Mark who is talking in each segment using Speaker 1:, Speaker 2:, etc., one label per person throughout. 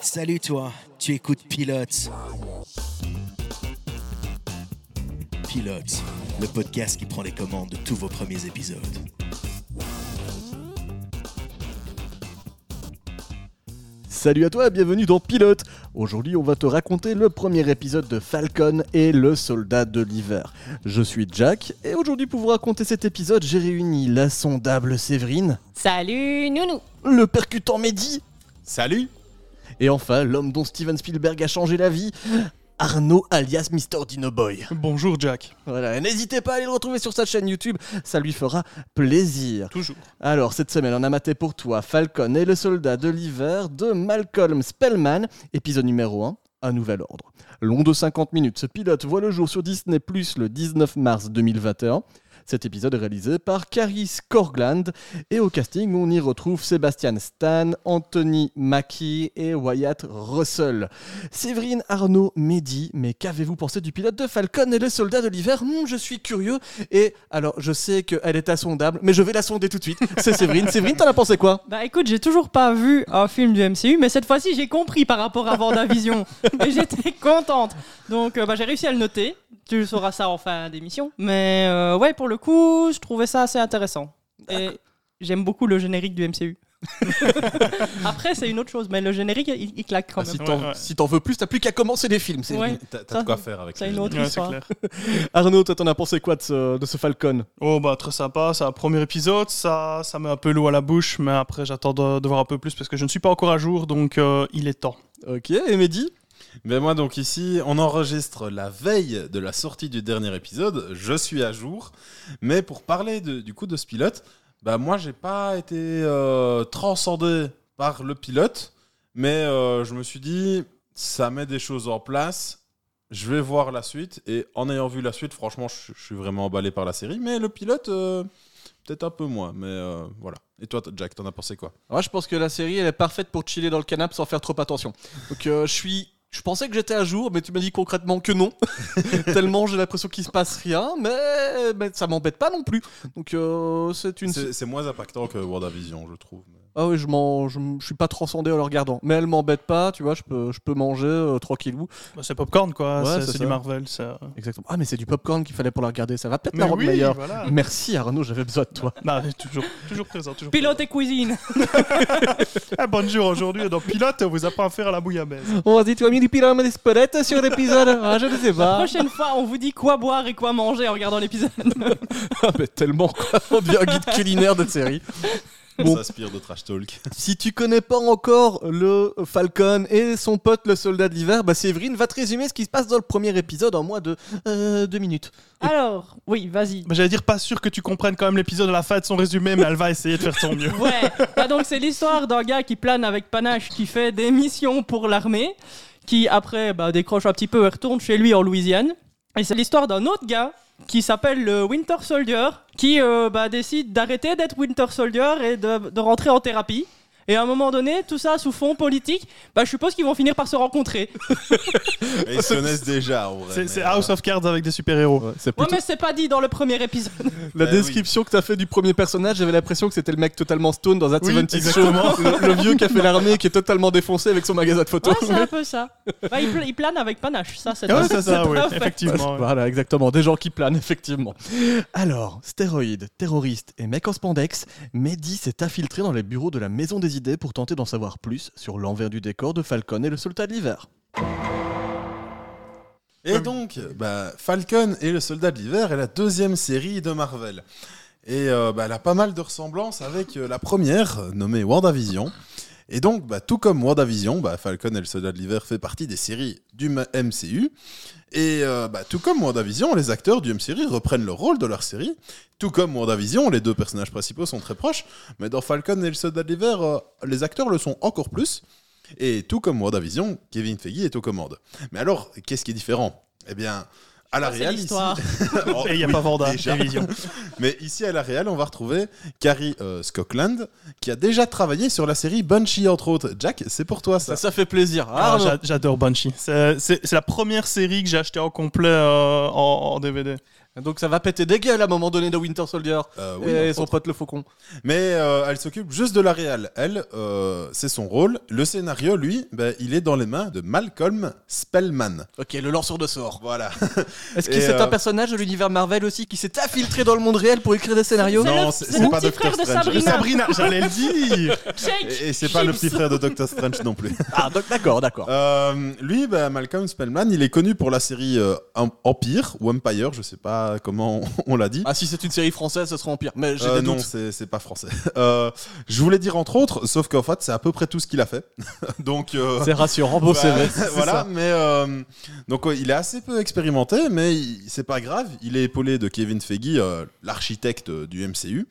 Speaker 1: Salut toi, tu écoutes Pilote. Pilote, le podcast qui prend les commandes de tous vos premiers épisodes.
Speaker 2: Salut à toi, bienvenue dans Pilote. Aujourd'hui, on va te raconter le premier épisode de Falcon et le soldat de l'hiver. Je suis Jack et aujourd'hui pour vous raconter cet épisode, j'ai réuni la sondable Séverine,
Speaker 3: Salut Nounou
Speaker 2: le percutant Mehdi
Speaker 4: Salut
Speaker 2: et enfin l'homme dont Steven Spielberg a changé la vie, Arnaud alias Mr Dino Boy.
Speaker 5: Bonjour Jack,
Speaker 2: Voilà, et n'hésitez pas à aller le retrouver sur sa chaîne YouTube, ça lui fera plaisir.
Speaker 5: toujours.
Speaker 2: Alors, cette semaine, on a maté pour toi Falcon et le soldat de l'hiver de Malcolm Spellman, épisode numéro 1, Un nouvel ordre. Long de 50 minutes, ce pilote voit le jour sur Disney Plus le 19 mars 2021. Cet épisode est réalisé par Caris Corgland et au casting, on y retrouve Sébastien Stan, Anthony Mackie et Wyatt Russell. Séverine, Arnaud, Mehdi, mais qu'avez-vous pensé du pilote de Falcon et le soldat de l'hiver Hmm, Je suis curieux et alors, je sais qu'elle est assondable, mais je vais la sonder tout de suite. C'est Séverine. Séverine, t'en as pensé quoi
Speaker 3: Bah écoute, j'ai toujours pas vu un film du MCU, mais cette fois-ci j'ai compris par rapport à Vendavision. et j'étais contente. Donc euh, bah, j'ai réussi à le noter. Tu sauras ça en fin d'émission. Mais euh, ouais, pour le coup, je trouvais ça assez intéressant. Et j'aime beaucoup le générique du MCU. Après, c'est une autre chose, mais le générique, il, il claque
Speaker 5: Ah,
Speaker 3: quand
Speaker 2: Ah, Si
Speaker 3: même.
Speaker 2: t'en
Speaker 5: Ouais, ouais.
Speaker 2: si t'en veux plus, t'as plus qu'à commencer les films, Séverine.
Speaker 3: Ouais.
Speaker 4: T'as t'as de quoi faire avec
Speaker 3: Ça,
Speaker 4: les
Speaker 3: une autre
Speaker 5: Ouais, c'est
Speaker 3: histoire.
Speaker 5: clair.
Speaker 2: Arnaud, toi, t'en as pensé quoi de ce, de ce Falcon
Speaker 5: Oh bah très sympa, c'est un premier épisode, ça, ça met un peu l'eau à la bouche, mais après j'attends de, de voir un peu plus parce que je ne suis pas encore à jour, donc euh, il est temps.
Speaker 2: Ok, et Mehdi
Speaker 4: Mais Ben, moi donc ici, on enregistre la veille de la sortie du dernier épisode, je suis à jour, mais pour parler de- du coup de ce pilote, bah moi j'ai pas été euh, transcendé par le pilote, mais euh, je me suis dit ça met des choses en place, je vais voir la suite et en ayant vu la suite, franchement, je, je suis vraiment emballé par la série, mais le pilote euh, peut-être un peu moins, mais euh, voilà. Et toi t- Jack, t'en as pensé quoi
Speaker 2: Moi, je pense que la série, elle est parfaite pour chiller dans le canapé sans faire trop attention. Donc, euh, je suis. Je pensais que j'étais à jour, mais tu m'as dit concrètement que non. Tellement j'ai l'impression qu'il se passe rien, mais, mais ça m'embête pas non plus. Donc euh, c'est une.
Speaker 4: C'est c'est moins impactant que WandaVision, je trouve. mais-
Speaker 2: Ah oui, je m'en, je, m- je suis pas transcendé en le regardant. Mais elle m'embête pas, tu vois, je peux, je peux manger euh, tranquillou.
Speaker 5: Bah, c'est popcorn quoi,
Speaker 2: Ouais,
Speaker 5: c'est-
Speaker 2: c'est
Speaker 5: c'est
Speaker 2: ça.
Speaker 5: du Marvel. c'est-
Speaker 2: Exactement. Ah, mais c'est du popcorn qu'il fallait pour la regarder, ça va peut-être
Speaker 5: Mais
Speaker 2: la rendre
Speaker 5: oui,
Speaker 2: meilleure.
Speaker 5: voilà.
Speaker 2: Merci Arnaud, j'avais besoin de toi.
Speaker 5: Non, mais toujours, toujours présent, toujours
Speaker 3: Pilote et cuisine.
Speaker 5: présent. Ah, bonjour, aujourd'hui dans Pilote, on vous apprend à faire la bouillabaisse.
Speaker 2: On dit, tu as mis du pyramide d'espelette sur l'épisode Ah, je ne sais
Speaker 3: La
Speaker 2: pas.
Speaker 3: prochaine fois, on vous dit quoi boire et quoi manger en regardant l'épisode.
Speaker 2: Ah, mais tellement, quoi. On devient un guide culinaire de série. Bon.
Speaker 4: On s'inspire de Trash Talk.
Speaker 2: Si tu connais pas encore le Falcon et son pote le soldat de l'hiver, bah Séverine va te résumer ce qui se passe dans le premier épisode en moins de euh, deux minutes.
Speaker 3: Alors, oui, vas-y.
Speaker 5: Mais J'allais dire pas sûr que tu comprennes quand même l'épisode à la fin de son résumé, mais elle va essayer de faire son mieux.
Speaker 3: Ouais, Bah, donc c'est l'histoire d'un gars qui plane avec panache, qui fait des missions pour l'armée, qui après bah, décroche un petit peu et retourne chez lui en Louisiane. Et c'est l'histoire d'un autre gars qui s'appelle le Winter Soldier, qui euh, bah, décide d'arrêter d'être Winter Soldier et de, de rentrer en thérapie. Et à un moment donné, tout ça sous fond politique, bah, je suppose qu'ils vont finir par se rencontrer.
Speaker 4: Et ils se connaissent déjà, en vrai.
Speaker 5: C'est
Speaker 4: mais,
Speaker 5: c'est
Speaker 4: euh,
Speaker 5: House of Cards avec des super-héros.
Speaker 2: c'est
Speaker 3: Ouais, mais c'est pas dit dans le premier épisode.
Speaker 2: La
Speaker 4: Ben
Speaker 2: description que t'as fait du premier personnage, j'avais l'impression que c'était le mec totalement stone dans un
Speaker 5: Oui,
Speaker 2: 70 show. Le, le vieux qui a fait l'armée qui est totalement défoncé avec son magasin de
Speaker 3: Ouais,
Speaker 2: photos.
Speaker 3: c'est un peu ça. Bah, il, pla- il plane avec panache, ça c'est
Speaker 5: Ouais, c'est ça,
Speaker 3: c'est
Speaker 5: oui,
Speaker 3: pas fait.
Speaker 5: effectivement. ouais.
Speaker 2: Voilà, exactement, des gens qui planent, effectivement. Alors, stéroïdes, terroristes et mecs en spandex, Mehdi s'est infiltré dans les bureaux de la Maison des Idées pour tenter d'en savoir plus sur l'envers du décor de Falcon et le soldat de l'hiver.
Speaker 4: euh. Et donc, bah, Falcon et le soldat de l'hiver est la deuxième série de Marvel. Et euh, bah, elle a pas mal de ressemblances avec euh, la première, euh, nommée WandaVision. Et donc, bah, tout comme WandaVision, bah, Falcon et le soldat de l'hiver fait partie des séries du M- MCU. Et euh, bah, tout comme WandaVision, les acteurs du MCU reprennent le rôle de leur série. Tout comme WandaVision, les deux personnages principaux sont très proches. Mais dans Falcon et le soldat de l'hiver, euh, les acteurs le sont encore plus. Et tout comme WandaVision, Kevin Feige est aux commandes. Mais alors, qu'est-ce qui est différent Eh bien, à la
Speaker 3: C'est
Speaker 4: réal, ici-
Speaker 3: l'histoire.
Speaker 4: Oh,
Speaker 5: Et il n'y a
Speaker 4: oui,
Speaker 5: pas Vanda,
Speaker 4: déjà.
Speaker 5: Vision.
Speaker 4: Mais ici à la Real, on va retrouver Carrie euh, Scotland, qui a déjà travaillé sur la série Banshee, entre autres. Jack, c'est pour toi ça.
Speaker 2: Ça, ça fait plaisir.
Speaker 5: Ah,
Speaker 2: Arnaud.
Speaker 5: j'a- J'adore Banshee. C'est c'est- c'est la première série que j'ai achetée en complet euh, en, en DVD.
Speaker 2: Donc ça va péter des gueules à un moment donné de Winter Soldier
Speaker 4: Euh, oui,
Speaker 2: et
Speaker 4: entre
Speaker 2: son
Speaker 4: autres.
Speaker 2: pote le faucon.
Speaker 4: Mais euh, elle s'occupe juste de la réal. Elle, euh, c'est son rôle. Le scénario, lui, ben, il est dans les mains de Malcolm Spellman.
Speaker 2: Ok, le lanceur de sort.
Speaker 4: Voilà.
Speaker 2: Est-ce que
Speaker 4: Et,
Speaker 2: c'est
Speaker 4: euh,
Speaker 2: un personnage de l'univers Marvel aussi qui s'est infiltré dans le monde réel pour écrire des scénarios
Speaker 3: le-
Speaker 4: non,
Speaker 3: c'est le petit frère de Sabrina.
Speaker 4: Sabrina, j'allais le dire.
Speaker 3: Jake
Speaker 4: Et, et c'est pas le
Speaker 3: Gibbs.
Speaker 4: petit frère de Doctor Strange non plus.
Speaker 2: Ah, donc d'accord, d'accord.
Speaker 4: Euh, lui, bah, Malcolm Spellman, il est connu pour la série euh, Em- Empire ou Empire, je sais pas comment on l'a dit.
Speaker 2: Ah, si c'est une série française, ce sera Empire. Mais j'ai
Speaker 4: Euh,
Speaker 2: des
Speaker 4: non,
Speaker 2: doutes.
Speaker 4: c'est c'est pas français. Euh, je voulais dire entre autres, sauf qu'en fait, c'est à peu près tout ce qu'il a fait. Donc, euh,
Speaker 2: C'est rassurant, beau
Speaker 4: bah,
Speaker 2: CV.
Speaker 4: voilà. Mais euh, donc, ouais, il est assez peu expérimenté, mais il- c'est pas grave. Il est épaulé de Kevin Feige, euh, l'architecte euh, du MCU.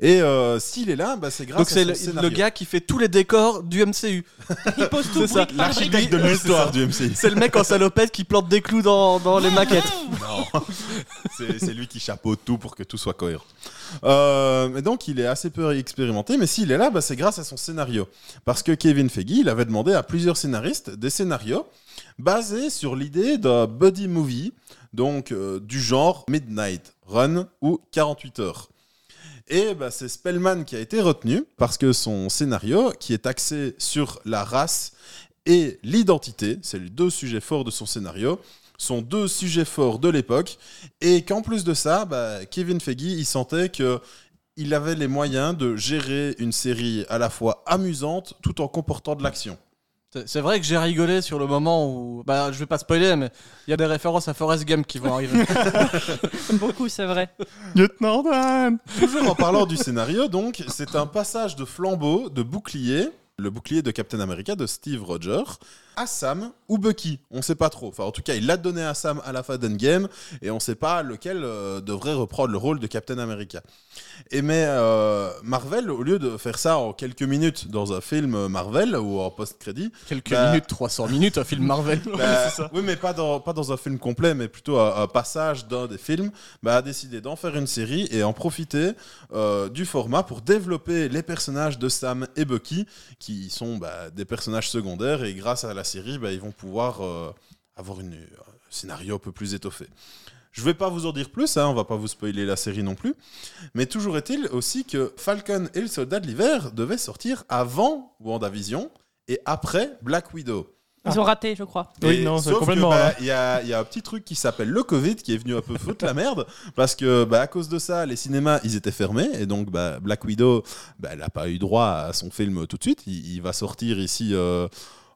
Speaker 4: Et euh, s'il est là, bah, c'est grâce
Speaker 2: Donc
Speaker 4: à
Speaker 2: c'est
Speaker 4: son
Speaker 2: le, le
Speaker 4: scénario.
Speaker 2: gars qui fait tous les décors du MCU.
Speaker 3: Il pose
Speaker 2: C'est
Speaker 3: tout
Speaker 2: ça,
Speaker 3: brique par brique.
Speaker 4: l'architecte de
Speaker 2: Ouais, c'est
Speaker 4: l'histoire
Speaker 2: ça.
Speaker 4: du MCU.
Speaker 2: C'est le mec en salopette qui plante des clous dans, dans les maquettes.
Speaker 4: Non, c'est c'est lui qui chapeaute tout pour que tout soit cohérent. Euh, mais donc, il est assez peu expérimenté, mais s'il est là, bah, c'est grâce à son scénario. Parce que Kevin Feige, il avait demandé à plusieurs scénaristes des scénarios basés sur l'idée d'un buddy movie, donc euh, du genre Midnight Run ou 48 heures. Et bah, c'est Spellman qui a été retenu parce que son scénario, qui est axé sur la race et l'identité, c'est les deux sujets forts de son scénario, sont deux sujets forts de l'époque et qu'en plus de ça, bah, Kevin Feige, il sentait que il avait les moyens de gérer une série à la fois amusante tout en comportant de l'action.
Speaker 2: C'est- C'est vrai que j'ai rigolé sur le moment où. Bah, je vais pas spoiler, mais il y a des références à Forrest Gump qui vont arriver.
Speaker 3: Beaucoup, c'est vrai.
Speaker 5: Lieutenant Dan
Speaker 4: Toujours en parlant du scénario, donc, c'est un passage de flambeau, de bouclier, le bouclier de Captain America de Steve Rogers, à Sam ou Bucky. On sait pas trop. Enfin, en tout cas, il l'a donné à Sam à la fin d'Endgame et on sait pas lequel euh, devrait reprendre le rôle de Captain America. Et mais euh, Marvel, au lieu de faire ça en quelques minutes dans un film euh, Marvel ou en post-crédit,
Speaker 2: Quelques
Speaker 4: Bah.
Speaker 2: minutes, 300 minutes, un film Marvel.
Speaker 4: bah,
Speaker 5: c'est ça.
Speaker 4: oui, mais pas dans, pas dans un film complet, mais plutôt un, un passage d'un des films, bah, a décidé d'en faire une série et en profiter euh, du format pour développer les personnages de Sam et Bucky, qui sont bah, des personnages secondaires, et grâce à la série, bah, ils vont pouvoir euh, avoir une, un scénario un peu plus étoffé. Je vais pas vous en dire plus, hein, on va pas vous spoiler la série non plus, mais toujours est-il aussi que Falcon et le Soldat de l'Hiver devaient sortir avant WandaVision et après Black Widow.
Speaker 3: Ils ont raté, je crois.
Speaker 5: Oui,
Speaker 4: Et
Speaker 5: non, c'est
Speaker 4: sauf
Speaker 5: complètement.
Speaker 4: que, bah,
Speaker 5: là.
Speaker 4: Il y, a, il y a un petit truc qui s'appelle le Covid qui est venu un peu foutre la merde parce que bah, à cause de ça, les cinémas ils étaient fermés et donc bah, Black Widow, bah, elle n'a pas eu droit à son film tout de suite. Il, il va sortir ici euh,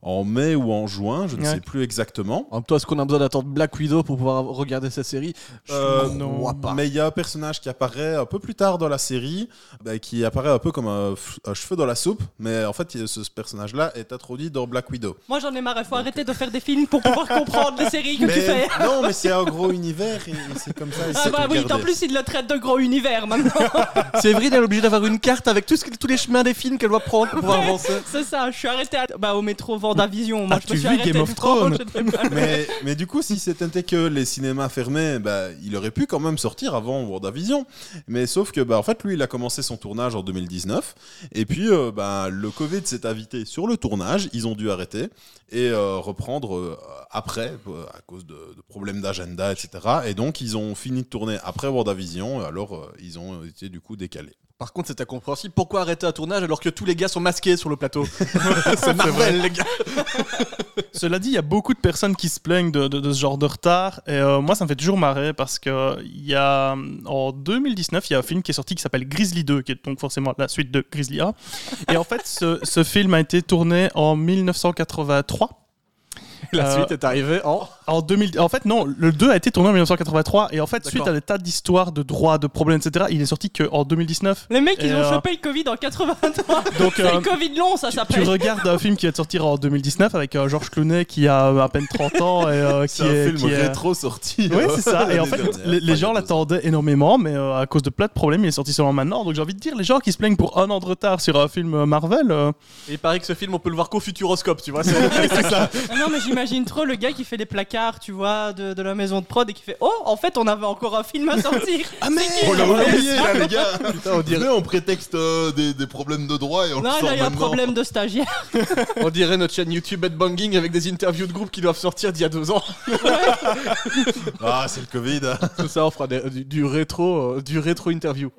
Speaker 4: en mai ou en juin, je ne
Speaker 5: Ouais.
Speaker 4: sais plus exactement.
Speaker 2: En même temps, est-ce qu'on a besoin d'attendre Black Widow pour pouvoir regarder sa série Je
Speaker 4: Euh,
Speaker 2: ne
Speaker 5: non,
Speaker 2: crois pas.
Speaker 4: Mais il y a un personnage qui apparaît un peu plus tard dans la série, bah, qui apparaît un peu comme un, f- un cheveu dans la soupe, mais en fait il- ce, ce personnage-là est introduit dans Black Widow.
Speaker 3: Moi, j'en ai marre. Il faut arrêter de faire des films pour pouvoir comprendre les séries que tu
Speaker 4: Mais,
Speaker 3: fais.
Speaker 4: non, mais c'est un gros univers et, et c'est comme ça. il
Speaker 3: Ah
Speaker 4: sait
Speaker 3: bah
Speaker 4: tout
Speaker 3: oui,
Speaker 4: garder.
Speaker 3: en plus, il le traite de gros univers maintenant.
Speaker 2: C'est vrai, elle est obligée d'avoir une carte avec tout ce que- tous les chemins des films qu'elle doit prendre pour pouvoir avancer.
Speaker 3: c'est ça, je suis arrêté à- bah, au métro Vendavision. Moi, je
Speaker 5: Ah, As-tu
Speaker 3: me suis
Speaker 5: vu
Speaker 3: arrêté
Speaker 5: Game of
Speaker 3: devant,
Speaker 5: Thrones
Speaker 3: je sais pas.
Speaker 4: mais, mais du coup, si c'était que les cinémas fermés, bah, il aurait pu quand même sortir avant WandaVision. Mais sauf que, bah, en fait, lui, il a commencé son tournage en 2019. Et puis, euh, bah, le Covid s'est invité sur le tournage. Ils ont dû arrêter et euh, reprendre euh, après euh, à cause de, de problèmes d'agenda, etc. Et donc, ils ont fini de tourner après WandaVision. et Alors, euh, ils ont été du coup décalés.
Speaker 2: Par contre, c'est incompréhensible. Pourquoi arrêter un tournage alors que tous les gars sont masqués sur le plateau C'est Marvel, les gars.
Speaker 5: Cela dit, il y a beaucoup de personnes qui se plaignent de, de- de ce genre de retard. Et euh, moi, ça me fait toujours marrer parce que il y a, en 2019, il y a un film qui est sorti qui s'appelle Grizzly 2, qui est donc forcément la suite de Grizzly 1. Et en fait, ce, ce film a été tourné en 1983.
Speaker 2: La
Speaker 5: Euh,
Speaker 2: suite est arrivée en.
Speaker 5: En, 2000, en fait, non, le 2 a été tourné en 1983. Et en fait, suite
Speaker 2: D'accord.
Speaker 5: à des tas d'histoires, de droits, de problèmes, etc., il est sorti qu'en 2019.
Speaker 3: Les mecs, ils
Speaker 5: Et
Speaker 3: ont
Speaker 5: euh,
Speaker 3: chopé le Covid en 83.
Speaker 5: Donc,
Speaker 3: C'est
Speaker 5: euh,
Speaker 3: le Covid long, ça
Speaker 5: tu
Speaker 3: s'appelle.
Speaker 5: regardes un film qui vient de sortir en 2019 avec euh, Georges Clooney qui a euh, à peine 30 ans et euh, qui
Speaker 4: C'est un
Speaker 5: est,
Speaker 4: film
Speaker 5: qui est-
Speaker 4: rétro sorti.
Speaker 5: Oui, c'est
Speaker 2: euh,
Speaker 5: ça. Et en
Speaker 4: l'année
Speaker 5: fait,
Speaker 4: dernière,
Speaker 5: les, les
Speaker 4: enfin, il y a
Speaker 5: gens
Speaker 4: deux ans.
Speaker 5: l'attendaient énormément, mais euh, à cause de plein de problèmes, il est sorti seulement maintenant. Donc j'ai envie de dire, les gens qui se plaignent pour un an de retard sur un film euh, Marvel, euh,
Speaker 2: Et il paraît que ce film, on peut le voir qu'au Futuroscope, tu vois. c'est-
Speaker 3: Ah non, mais j'imagine j'imagine trop le gars qui fait des placards, tu vois, de, de la maison de prod et qui fait Oh, en fait, on avait encore un film à sortir.
Speaker 5: Ah mais
Speaker 6: On l'a oublié là, les gars
Speaker 2: Putain, on,
Speaker 6: Venez,
Speaker 2: dirait,
Speaker 6: on prétexte euh, des, des problèmes de droit et on
Speaker 3: non,
Speaker 6: le sort
Speaker 3: là, il y a un
Speaker 6: maintenant.
Speaker 3: problème de stagiaire.
Speaker 2: on dirait notre chaîne YouTube Headbanging avec des interviews de groupe qui doivent sortir d'il y a deux ans.
Speaker 6: Ah, c'est le Covid.
Speaker 4: hein.
Speaker 2: Tout ça, on fera des- du, du rétro, euh, du rétro interview.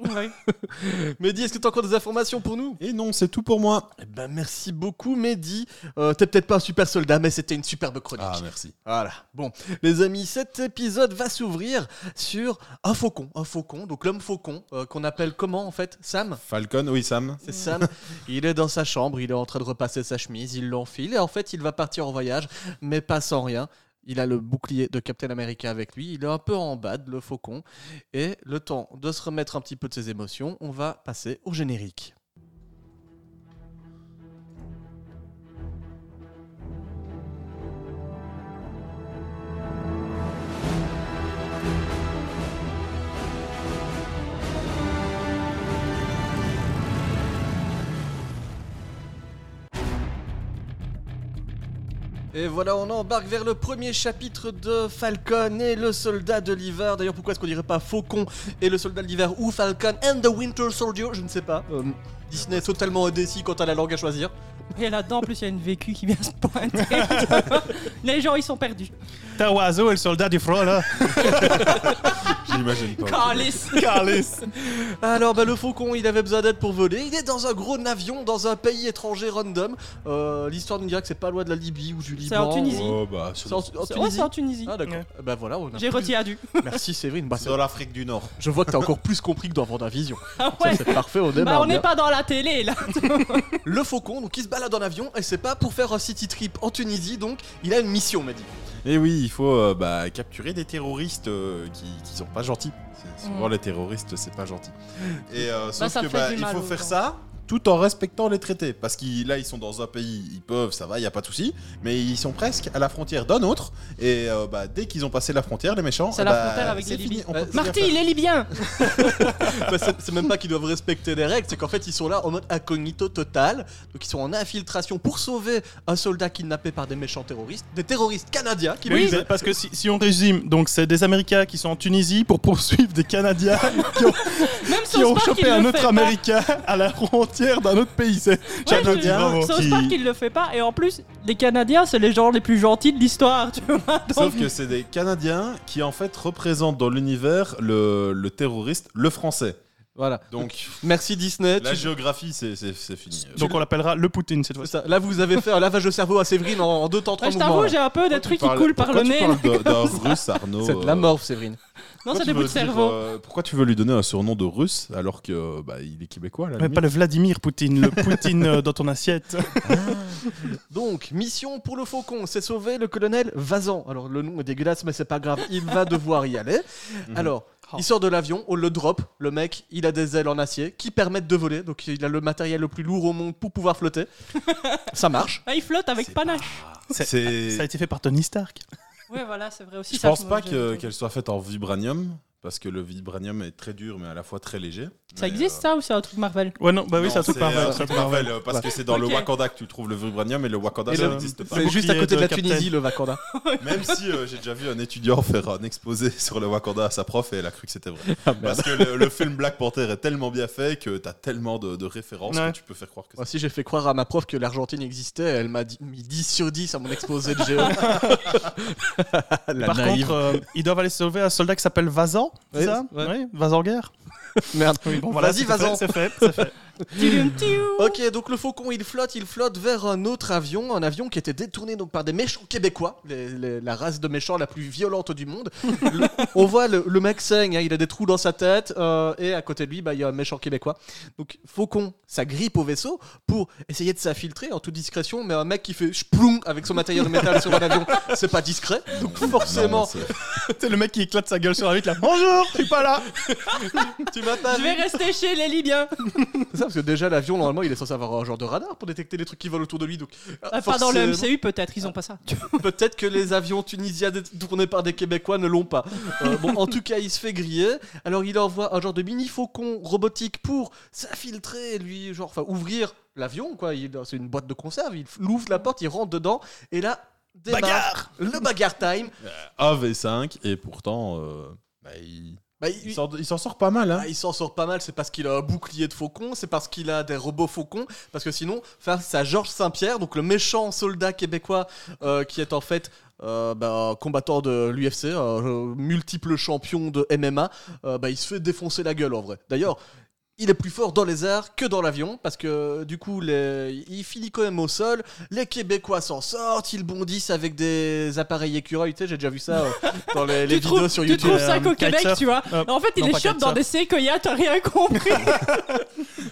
Speaker 2: Mehdi, est-ce que tu as encore des informations pour nous
Speaker 4: Et non, c'est tout pour moi.
Speaker 2: Eh ben, merci beaucoup, Mehdi. Euh, T'es peut-être pas un super soldat, mais c'était une superbe chronique.
Speaker 6: Ah, merci.
Speaker 2: Voilà. Bon, les amis, cet épisode va s'ouvrir sur un faucon. Un faucon, donc l'homme faucon, euh, qu'on appelle comment en fait Sam
Speaker 4: Falcon, oui, Sam.
Speaker 2: C'est Sam. Il est dans sa chambre, il est en train de repasser sa chemise, il l'enfile et en fait, il va partir en voyage, mais pas sans rien. Il a le bouclier de Captain America avec lui, il est un peu en bad, le faucon. Et le temps de se remettre un petit peu de ses émotions, on va passer au générique. Et voilà, on embarque vers le premier chapitre de Falcon et le soldat de l'hiver. D'ailleurs, pourquoi est-ce qu'on dirait pas Faucon et le soldat de l'hiver ou Falcon and the Winter Soldier Je ne sais pas. Euh, Disney est totalement indécis quant à la langue à choisir.
Speaker 3: Et là-dedans, en plus, il y a une vécu qui vient se pointer. les gens, ils sont perdus.
Speaker 5: T'as oiseau et le soldat du froid là.
Speaker 4: J'imagine pas.
Speaker 3: Calice.
Speaker 5: Carlis.
Speaker 2: Alors, bah, le faucon, il avait besoin d'aide pour voler. Il est dans un gros avion, dans un pays étranger random. Euh, L'histoire nous dirait que c'est pas loin de la Libye ou du Liban. euh,
Speaker 3: C'est en Tunisie.
Speaker 4: Oh, bah, c'est
Speaker 2: C'est en, en
Speaker 3: C'est-
Speaker 2: Tunisie.
Speaker 3: Ouais, c'est en Tunisie.
Speaker 2: Ah, d'accord.
Speaker 5: Ouais.
Speaker 2: Euh, Bah voilà, on a
Speaker 3: J'ai
Speaker 2: plus-
Speaker 3: retiré à du.
Speaker 2: Merci Séverine. Bah,
Speaker 6: C'est
Speaker 2: c'est-
Speaker 6: dans l'Afrique du Nord.
Speaker 2: je vois que t'as encore plus compris que dans Vendavision.
Speaker 3: Ah
Speaker 2: Ça,
Speaker 3: ouais.
Speaker 2: C'est hein. parfait, on démarre.
Speaker 3: Bah, on
Speaker 2: bien.
Speaker 3: n'est pas dans la télé, là.
Speaker 2: Le faucon, donc il se balade en avion et c'est pas pour faire un city trip en Tunisie, donc il a une mission, on m'a dit.
Speaker 4: Et oui, il faut euh, bah, capturer des terroristes euh, qui, qui sont pas gentils. C'est- Souvent,
Speaker 3: Mm.
Speaker 4: les terroristes, c'est pas gentil. Et euh, sauf
Speaker 3: ça
Speaker 4: que
Speaker 3: fait
Speaker 4: bah,
Speaker 3: du
Speaker 4: il
Speaker 3: mal
Speaker 4: faut
Speaker 3: aux
Speaker 4: faire
Speaker 3: gens.
Speaker 4: ça tout en respectant les traités. Parce qu'ils là, ils sont dans un pays, ils peuvent, ça va, il y a pas de souci. Mais ils sont presque à la frontière d'un autre. Et euh, bah, dès qu'ils ont passé la frontière, les méchants.
Speaker 3: C'est la
Speaker 4: bah,
Speaker 3: frontière avec
Speaker 4: c'est
Speaker 3: les
Speaker 4: fini,
Speaker 3: Libyens.
Speaker 4: on peut
Speaker 2: Euh,
Speaker 4: plus rien
Speaker 3: Marty,
Speaker 4: faire.
Speaker 3: il est libyen.
Speaker 2: Bah, c'est c'est même pas qu'ils doivent respecter les règles, c'est qu'en fait ils sont là en mode incognito total, donc ils sont en infiltration pour sauver un soldat kidnappé par des méchants terroristes, des terroristes canadiens qui
Speaker 5: Oui,
Speaker 2: lui-
Speaker 5: mais parce que si, si on résume, donc c'est des Américains qui sont en Tunisie pour poursuivre des Canadiens qui ont,
Speaker 3: Même
Speaker 5: qui ont
Speaker 3: South Park, il
Speaker 5: chopé
Speaker 3: le
Speaker 5: un
Speaker 3: fait
Speaker 5: autre
Speaker 3: pas.
Speaker 5: Américain à la frontière d'un autre pays. C'est
Speaker 3: Ouais,
Speaker 5: J'adore
Speaker 3: je-
Speaker 5: dire, bravo.
Speaker 3: South
Speaker 5: Qui-
Speaker 3: Park, il le fait pas. Et en plus, les Canadiens, c'est les gens les plus gentils de l'histoire, tu vois. Donc,
Speaker 4: Sauf que c'est des Canadiens qui en fait représentent dans l'univers le, le terroriste, le français.
Speaker 2: Voilà.
Speaker 4: Donc
Speaker 2: Merci Disney. tu-
Speaker 4: la géographie, c'est- c'est c'est fini.
Speaker 5: Donc on l'appellera le Poutine cette fois-ci.
Speaker 2: ça, là vous avez fait un lavage de cerveau à Séverine en, en deux temps trois
Speaker 3: ouais, je
Speaker 2: mouvements.
Speaker 3: t'avoue,
Speaker 2: là.
Speaker 3: j'ai un peu des
Speaker 4: Pourquoi
Speaker 3: trucs
Speaker 4: tu
Speaker 3: qui
Speaker 4: parles-
Speaker 3: coulent par le nez.
Speaker 4: Pourquoi tu parles d'un- d'un russe, Arnaud
Speaker 2: C'est de la
Speaker 4: euh,
Speaker 2: morve Séverine.
Speaker 3: Non,
Speaker 4: pourquoi
Speaker 3: c'est
Speaker 4: tu
Speaker 3: des bouts
Speaker 4: veux
Speaker 3: de
Speaker 4: dire,
Speaker 3: cerveau.
Speaker 4: euh, pourquoi tu veux lui donner un surnom de russe alors que euh, bah, il est québécois là
Speaker 5: Mais pas le Vladimir Poutine, le Poutine euh, dans ton assiette.
Speaker 2: Donc, mission pour le faucon, c'est sauver le colonel Vazan. Alors, le nom est dégueulasse, mais c'est pas grave, il va devoir y aller. Alors, il sort de l'avion, on le drop. Le mec, il a des ailes en acier qui permettent de voler. Donc, il a le matériel le plus lourd au monde pour pouvoir flotter. Ça marche.
Speaker 3: Ah, il flotte avec panache.
Speaker 5: Ah, Ça
Speaker 4: C'est.
Speaker 5: a été fait par Tony Stark.
Speaker 3: Ouais, voilà, c'est vrai aussi.
Speaker 4: Je
Speaker 3: ça,
Speaker 4: pense pas
Speaker 3: j'ai
Speaker 4: que-
Speaker 3: entendu.
Speaker 4: qu'elle soit faite en vibranium parce que le vibranium est très dur mais à la fois très léger.
Speaker 3: Ça existe ça ou c'est un truc Marvel
Speaker 5: Ouais, non, bah oui, c'est un truc
Speaker 4: c'est,
Speaker 5: par
Speaker 4: euh, c'est Marvel, euh, parce que c'est dans
Speaker 3: Ok.
Speaker 4: le Wakanda que tu trouves le vibranium et le Wakanda
Speaker 2: Et
Speaker 4: ça
Speaker 2: le-
Speaker 4: n'existe pas.
Speaker 2: C'est juste à
Speaker 5: bouclier
Speaker 2: côté de
Speaker 5: de
Speaker 2: la
Speaker 5: Captain.
Speaker 2: Tunisie, le Wakanda.
Speaker 4: Même si euh, j'ai déjà vu un étudiant faire un exposé sur le Wakanda à sa prof et elle a cru que c'était vrai.
Speaker 2: Ah, merde.
Speaker 4: Parce que le, le film Black Panther est tellement bien fait que t'as tellement de, de références
Speaker 5: Ouais.
Speaker 4: que tu peux faire croire que
Speaker 2: Moi aussi, j'ai fait croire à ma prof que l'Argentine existait. Elle m'a dit- mis 10 sur 10 à mon exposé de géo. la
Speaker 5: Par
Speaker 2: naïve.
Speaker 5: contre, euh, ils doivent aller sauver un soldat qui s'appelle Vazan, c'est
Speaker 2: Oui,
Speaker 5: ça
Speaker 2: ouais.
Speaker 5: Oui, Vazan guerre.
Speaker 2: Merde.
Speaker 5: Oui, bon,
Speaker 2: Vas-y,
Speaker 5: c'est
Speaker 2: Vazan.
Speaker 5: fait, C'est fait, c'est fait.
Speaker 3: Tium, tium.
Speaker 2: Ok, donc le faucon il flotte, il flotte vers un autre avion, un avion qui était détourné donc par des méchants québécois, les- les- la race de méchants la plus violente du monde. Le- on voit le, le mec saigne, hein, il a des trous dans sa tête, euh, et à côté de lui, bah, il y a un méchant québécois. Donc faucon, ça grippe au vaisseau pour essayer de s'infiltrer en toute discrétion, mais un mec qui fait sploum avec son matériel de métal sur un avion, c'est pas discret, donc forcément,
Speaker 5: C'est le mec qui éclate sa gueule sur la vitre là. Bonjour, je suis pas là.
Speaker 2: tu m'as pas
Speaker 3: Je
Speaker 2: vu.
Speaker 3: vais rester chez les Libyens.
Speaker 2: C'est ça, parce que déjà l'avion, normalement, il est censé avoir un genre de radar pour détecter les trucs qui volent autour de lui, donc
Speaker 3: Ah, Pas dans
Speaker 2: forcément-
Speaker 3: le MCU peut-être, ils ont pas ça.
Speaker 2: Peut-être que les avions tunisiens dé- tournés par des Québécois ne l'ont pas. Euh, bon, en tout cas, il se fait griller. Alors, il envoie un genre de mini faucon robotique pour s'infiltrer, lui, genre, enfin, ouvrir l'avion, quoi. Il- C'est une boîte de conserve. Il f- l'ouvre la porte, il rentre dedans. Et là, démarre
Speaker 5: Bagarre
Speaker 2: le bagarre time.
Speaker 4: A V5, et pourtant, euh, bah, il,
Speaker 2: Bah,
Speaker 4: il
Speaker 2: il-
Speaker 4: s'en- il s'en sort pas mal. Hein.
Speaker 2: Ah, il s'en sort pas mal, c'est parce qu'il a un bouclier de faucon, c'est parce qu'il a des robots faucons, parce que sinon, face à Georges Saint-Pierre, donc le méchant soldat québécois euh, qui est en fait euh, bah, combattant de l'UFC, euh, multiple champion de MMA, euh, bah, il se fait défoncer la gueule en vrai. D'ailleurs, il est plus fort dans les airs que dans l'avion, parce que euh, du coup, les- il finit quand même au sol, les Québécois s'en sortent, ils bondissent avec des appareils écureuils, tu sais, j'ai déjà vu ça euh, dans les, les
Speaker 3: tu
Speaker 2: vidéos
Speaker 3: trouves,
Speaker 2: sur
Speaker 3: tu
Speaker 2: YouTube.
Speaker 3: trouves ça
Speaker 5: euh,
Speaker 3: qu'au Québec,
Speaker 5: kitesurf.
Speaker 3: tu vois.
Speaker 5: Hop.
Speaker 3: En fait, il
Speaker 5: Non, pas
Speaker 3: est chope dans
Speaker 5: kitesurf.
Speaker 3: des séquoias, t'as rien compris.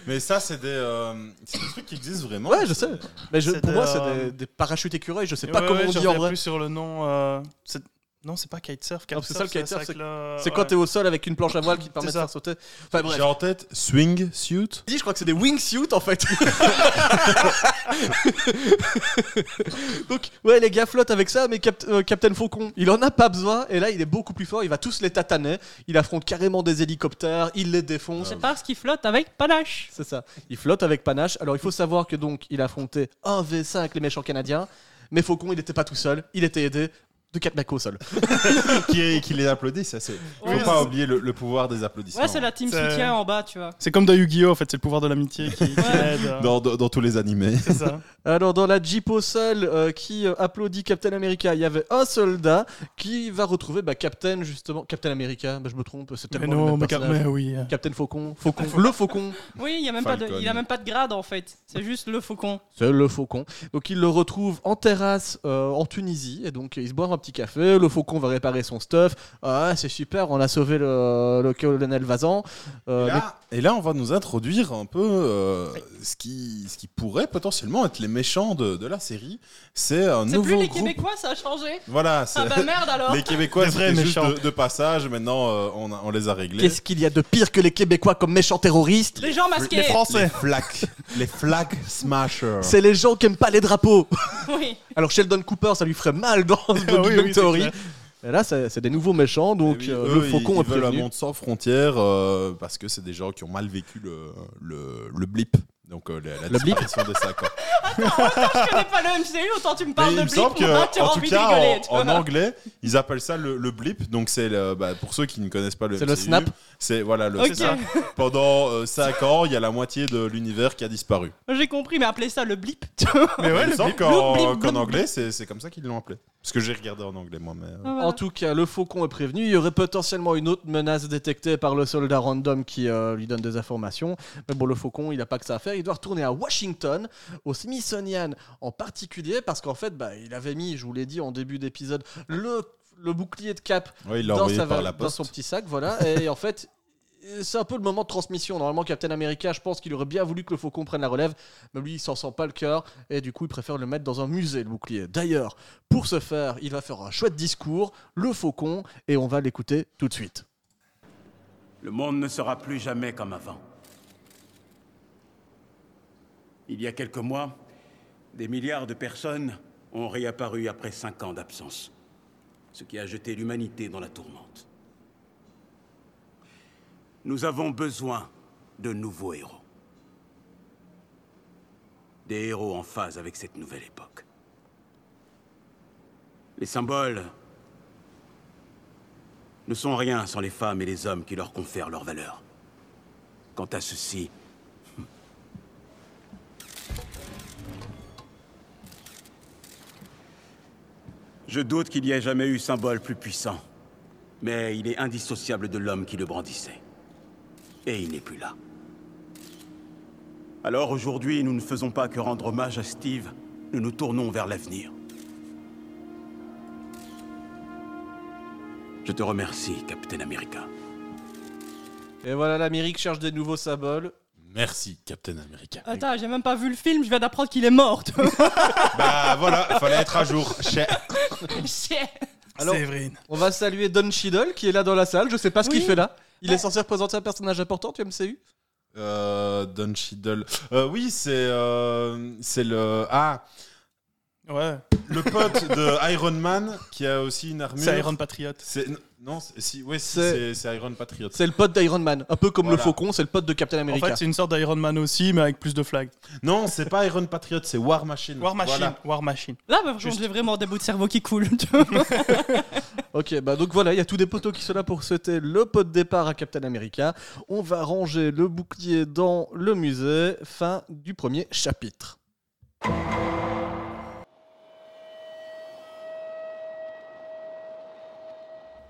Speaker 4: Mais ça, c'est des, euh, c'est des trucs qui existent vraiment.
Speaker 2: Ouais, je sais. Mais je-
Speaker 5: C'est
Speaker 2: pour
Speaker 5: des,
Speaker 2: moi, c'est
Speaker 5: euh,
Speaker 2: des, des parachutes écureuils. Je sais
Speaker 5: Ouais,
Speaker 2: pas
Speaker 5: ouais,
Speaker 2: comment
Speaker 5: je
Speaker 2: on dit en
Speaker 5: reviens
Speaker 2: vrai.
Speaker 5: plus sur le nom. euh, c'est- Non, c'est pas kitesurf.
Speaker 2: Non, c'est ça, le kitesurf,
Speaker 5: Kitesurf, avec le-
Speaker 2: C'est quand
Speaker 5: ouais.
Speaker 2: t'es au sol avec une planche à voile qui te permet de
Speaker 5: ça.
Speaker 2: faire sauter. Enfin bref.
Speaker 4: J'ai en tête Swing Suit.
Speaker 2: Je crois que c'est des wingsuits en fait. Donc, ouais, les gars flottent avec ça, mais Cap- euh, Captain Faucon, il en a pas besoin. Et là, il est beaucoup plus fort. Il va tous les tataner. Il affronte carrément des hélicoptères. Il les défonce.
Speaker 5: Ah.
Speaker 3: C'est parce qu'il flotte avec panache.
Speaker 2: C'est ça. Il flotte avec panache. Alors il faut savoir que donc il affrontait 1v5 les méchants canadiens, mais Faucon il n'était pas tout seul, il était aidé de 4 mecs au sol.
Speaker 4: qui, qui les applaudit, ça c'est. Faut
Speaker 5: Oui,
Speaker 4: pas
Speaker 5: c'est-
Speaker 4: oublier le, le pouvoir des applaudissements.
Speaker 3: Ouais, c'est la team
Speaker 5: C'est-
Speaker 3: soutien en bas, tu vois.
Speaker 5: C'est comme dans Yu-Gi-Oh! en fait, c'est le pouvoir de l'amitié qui, qui
Speaker 3: Ouais.
Speaker 5: aide. euh,
Speaker 4: dans, dans- dans tous les animés.
Speaker 5: C'est ça.
Speaker 2: Alors dans la Jeep au sol euh, qui euh, applaudit Captain America, il y avait un soldat qui va retrouver bah, Captain justement, Captain America, bah, je me trompe, c'est
Speaker 5: Mais
Speaker 2: tellement le
Speaker 5: non,
Speaker 2: même
Speaker 5: mais,
Speaker 2: personnage.
Speaker 5: mais oui. euh.
Speaker 2: Captain Faucon, Faucon, le Faucon,
Speaker 3: Oui, il y a même pas de,
Speaker 4: Falcon.
Speaker 3: il a même pas de grade en fait. C'est juste le faucon.
Speaker 2: c'est le Faucon. Donc il le retrouve en terrasse euh, en Tunisie et donc ils se boivent un petit café. Le Faucon va réparer son stuff. Ah c'est super, on a sauvé le, le colonel Vazan. Euh,
Speaker 4: Et
Speaker 2: mais
Speaker 4: là, et là, on va nous introduire un peu euh, ce, qui, ce qui pourrait potentiellement être les méchants de, de la série. C'est un
Speaker 3: C'est
Speaker 4: nouveau
Speaker 3: plus les
Speaker 4: groupe.
Speaker 3: Québécois, ça a changé.
Speaker 4: Voilà, c'est-
Speaker 3: Ah bah merde alors.
Speaker 4: les Québécois,
Speaker 5: Les vrais
Speaker 4: c'était juste
Speaker 5: méchants.
Speaker 4: de, de passage. Maintenant, euh, on, a- on les a réglés.
Speaker 2: Qu'est-ce qu'il y a de pire que les Québécois comme méchants terroristes
Speaker 3: Les gens masqués.
Speaker 5: Les
Speaker 4: les
Speaker 5: Français.
Speaker 4: flag, les flag smashers.
Speaker 2: C'est les gens qui aiment pas les drapeaux.
Speaker 3: Oui.
Speaker 2: Alors Sheldon Cooper, ça lui ferait mal dans The
Speaker 5: Ah oui,
Speaker 2: Big Bang
Speaker 5: oui, c'est
Speaker 2: Theory.
Speaker 5: clair.
Speaker 2: Et là, c'est c'est des nouveaux méchants, donc
Speaker 4: Eh oui,
Speaker 2: euh,
Speaker 4: eux,
Speaker 2: le faucon
Speaker 4: ils,
Speaker 2: est
Speaker 4: ils veulent un
Speaker 2: prévenu.
Speaker 4: monde sans frontières euh, parce que c'est des gens qui ont mal vécu le, le, le blip. Donc euh, la, la
Speaker 2: Le blip
Speaker 4: disparition de ça. quoi.
Speaker 3: Je connais pas le MCU, autant tu me
Speaker 4: Mais
Speaker 3: parles
Speaker 4: il
Speaker 3: de
Speaker 4: me
Speaker 3: Blip,
Speaker 4: semble
Speaker 3: moi,
Speaker 4: que,
Speaker 3: t'as
Speaker 4: en tout
Speaker 3: envie de
Speaker 4: cas,
Speaker 3: rigoler. tu
Speaker 4: en, en
Speaker 3: vois.
Speaker 4: anglais, ils appellent ça le, le blip. Donc c'est le- bah, pour ceux qui ne connaissent pas le,
Speaker 2: C'est le
Speaker 4: MCU,
Speaker 2: snap.
Speaker 4: C'est voilà le.
Speaker 3: Ok.
Speaker 5: C'est ça.
Speaker 4: Pendant 5 ans, il y a la moitié de l'univers qui a disparu.
Speaker 3: J'ai compris, mais appelez ça le Blip. tu vois.
Speaker 5: Mais ouais,
Speaker 4: il me
Speaker 5: le
Speaker 4: semble
Speaker 5: blip.
Speaker 4: qu'en
Speaker 3: blip, blip,
Speaker 4: qu'en
Speaker 3: blip.
Speaker 4: anglais, c'est c'est comme ça qu'ils l'ont appelé. Parce que j'ai regardé en anglais moi, mais. euh,
Speaker 3: Ah, Voilà.
Speaker 2: En tout cas, le faucon est prévenu. Il y aurait potentiellement une autre menace détectée par le soldat random qui euh, lui donne des informations. Mais bon, le faucon, il n'a pas que ça à faire. Il doit retourner à Washington, au Smithsonian en particulier, parce qu'en fait, bah, il avait mis, je vous l'ai dit en début d'épisode, le, le bouclier de cap
Speaker 4: ouais, il l'a
Speaker 2: dans,
Speaker 4: envoyé
Speaker 2: sa
Speaker 4: par
Speaker 2: va-
Speaker 4: la
Speaker 2: dans son
Speaker 4: poste.
Speaker 2: petit sac, voilà. et en fait, c'est un peu le moment de transmission. Normalement, Captain America, je pense qu'il aurait bien voulu que le faucon prenne la relève, mais lui, il s'en sent pas le cœur, et du coup, il préfère le mettre dans un musée, le bouclier. D'ailleurs, pour ce faire, il va faire un chouette discours, le faucon, et on va l'écouter tout de suite.
Speaker 7: Le monde ne sera plus jamais comme avant. Il y a quelques mois, des milliards de personnes ont réapparu après cinq ans d'absence, ce qui a jeté l'humanité dans la tourmente. Nous avons besoin de nouveaux héros. Des héros en phase avec cette nouvelle époque. Les symboles ne sont rien sans les femmes et les hommes qui leur confèrent leur valeur. Quant à hmm. ceci, je doute qu'il y ait jamais eu symbole plus puissant, mais il est indissociable de l'homme qui le brandissait. Et il n'est plus là. Alors aujourd'hui, nous ne faisons pas que rendre hommage à Steve, nous nous tournons vers l'avenir. Je te remercie, Capitaine America.
Speaker 2: Et voilà, l'Amérique cherche des nouveaux symboles.
Speaker 4: Merci, Captain America.
Speaker 3: Attends, j'ai même pas vu le film, je viens d'apprendre qu'il est mort. tu vois.
Speaker 4: bah voilà, fallait être à jour. Chez-
Speaker 3: Chier.
Speaker 2: Alors-
Speaker 5: Séverine.
Speaker 2: On va saluer Don Cheadle, qui est là dans la salle, je sais pas ce qu'il
Speaker 3: Oui.
Speaker 2: fait là. Il
Speaker 3: Bah-
Speaker 2: est censé représenter un personnage important, tu MCU
Speaker 4: Euh, Don Cheadle. Euh, oui, c'est euh, c'est le ah
Speaker 5: Ouais,
Speaker 4: Le pote de Iron Man qui a aussi une armure.
Speaker 5: c'est Iron Patriot.
Speaker 4: C'est- Non, c'est- si, ouais, si,
Speaker 2: C'est-
Speaker 4: c'est c'est Iron Patriot.
Speaker 2: C'est le pote d'Iron Man, un peu comme
Speaker 4: Voilà.
Speaker 2: le faucon, c'est le pote de Captain
Speaker 5: En
Speaker 2: America.
Speaker 5: fait, c'est une sorte d'Iron Man aussi, mais avec plus de flags.
Speaker 4: Non, c'est pas Iron Patriot, c'est War Machine.
Speaker 5: War Machine.
Speaker 4: Voilà.
Speaker 5: War Machine.
Speaker 3: Là, par contre,
Speaker 5: Juste.
Speaker 3: bah, j'ai vraiment des bouts de cerveau qui coulent. tu vois.
Speaker 2: Ok, bah donc voilà, il y a tous des poteaux qui sont là pour souhaiter le pot de départ à Captain America. On va ranger le bouclier dans le musée. Fin du premier chapitre.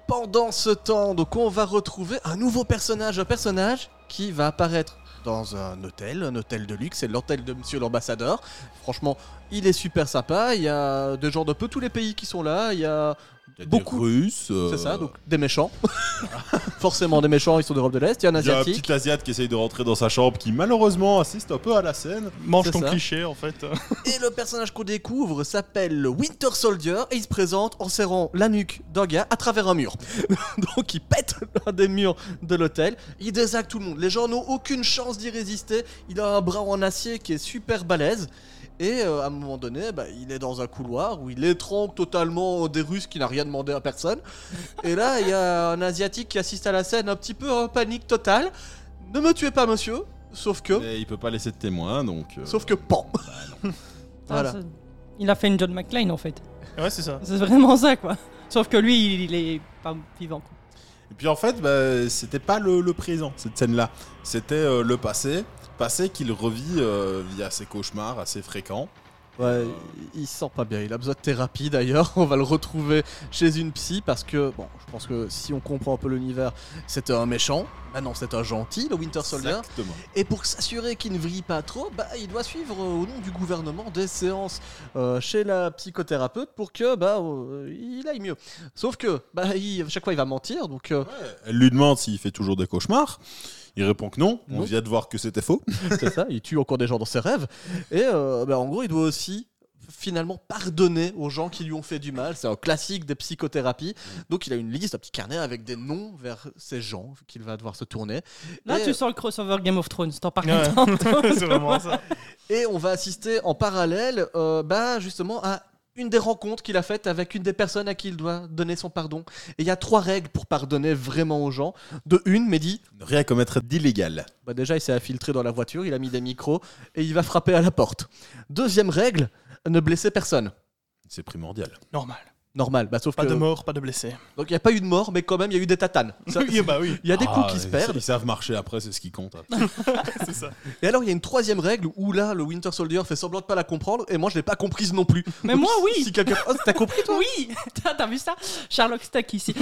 Speaker 2: Pendant ce temps, donc on va retrouver un nouveau personnage, un personnage qui va apparaître dans un hôtel, un hôtel de luxe, c'est l'hôtel de Monsieur l'ambassadeur. Franchement, il est super sympa. Il y a des gens de peu tous les pays qui sont là. Il y a
Speaker 6: Il y a
Speaker 2: Beaucoup.
Speaker 6: des Russes. euh,
Speaker 2: c'est ça, donc des méchants. Forcément des méchants, ils sont d'Europe de l'Est, il y a un
Speaker 6: Il y a un
Speaker 2: asiatique.
Speaker 6: petit Asiate qui essaye de rentrer dans sa chambre qui malheureusement assiste un peu à la scène.
Speaker 5: Mange
Speaker 2: C'est
Speaker 5: ton
Speaker 2: ça.
Speaker 5: cliché, en fait.
Speaker 2: Et le personnage qu'on découvre s'appelle Winter Soldier et il se présente en serrant la nuque d'un gars à travers un mur. donc il pète l'un des murs de l'hôtel, il désacte tout le monde. Les gens n'ont aucune chance d'y résister. Il a un bras en acier qui est super balèze. Et euh, à un moment donné, bah, il est dans un couloir où il étrangle totalement des Russes qui n'a rien demandé à personne. Et là, il y a un Asiatique qui assiste à la scène un petit peu en panique totale. Ne me tuez pas, monsieur. Sauf que,
Speaker 6: Et il peut pas laisser de témoin donc. euh,
Speaker 2: sauf que, pan. Voilà.
Speaker 3: Ah, ça- Il a fait une John McClane en fait.
Speaker 5: ouais, c'est ça.
Speaker 3: C'est vraiment ça quoi. Sauf que lui, il, il est pas vivant. quoi.
Speaker 4: Et puis en fait, bah, c'était pas le, le présent, cette scène-là. C'était euh, le passé. Passé qu'il revit euh, via ses cauchemars assez fréquents.
Speaker 2: Ouais, il il se sent pas bien. Il a besoin de thérapie d'ailleurs. On va le retrouver chez une psy parce que, bon, je pense que si on comprend un peu l'univers, c'était un méchant. Bah non, c'est un gentil, le Winter Soldier.
Speaker 4: Exactement.
Speaker 2: Et pour s'assurer qu'il ne vrille pas trop, bah, il doit suivre euh, au nom du gouvernement des séances euh, chez la psychothérapeute pour que bah, euh, il aille mieux. Sauf que bah, il- à chaque fois il va mentir, donc euh,
Speaker 4: Elle lui demande s'il fait toujours des cauchemars. Il répond que non. On
Speaker 2: Non.
Speaker 4: vient de voir que c'était faux.
Speaker 2: c'est ça, il tue encore des gens dans ses rêves. Et euh, bah, en gros, il doit aussi finalement pardonner aux gens qui lui ont fait du mal. C'est un classique des psychothérapies. Donc il a une liste, un petit carnet avec des noms vers ces gens qu'il va devoir se tourner.
Speaker 3: Là,
Speaker 2: Et, euh,
Speaker 3: tu sens le crossover Game of Thrones, t'en parles
Speaker 5: Ouais.
Speaker 3: tantôt.
Speaker 5: c'est vraiment ça.
Speaker 2: Et on va assister en parallèle, euh, bah, justement, à une des rencontres qu'il a faites avec une des personnes à qui il doit donner son pardon. Et il y a trois règles pour pardonner vraiment aux gens. De une, Mehdi,
Speaker 4: Ne rien commettre d'illégal.
Speaker 2: bah déjà, il s'est infiltré dans la voiture, il a mis des micros et il va frapper à la porte. Deuxième règle, ne blesser personne.
Speaker 4: C'est primordial.
Speaker 5: Normal.
Speaker 2: Normal, bah, sauf
Speaker 5: Pas
Speaker 2: que.
Speaker 5: de mort, pas de blessé.
Speaker 2: Donc il n'y a pas eu de mort, mais quand même, il y a eu des tatanes. Ça-
Speaker 5: Oui, bah oui,
Speaker 2: Il y a des
Speaker 4: Ah,
Speaker 2: coups qui se
Speaker 4: ils-
Speaker 2: perdent.
Speaker 4: Ils savent marcher après, c'est ce qui compte.
Speaker 5: c'est ça.
Speaker 2: Et alors, il y a une troisième règle où là, le Winter Soldier fait semblant de pas la comprendre et moi, je l'ai pas comprise non plus.
Speaker 3: Mais
Speaker 2: Donc,
Speaker 3: moi, oui.
Speaker 2: Si quelqu'un. Oh, t'as compris, toi
Speaker 3: Oui, t'as t'as vu ça Sherlock Stack ici.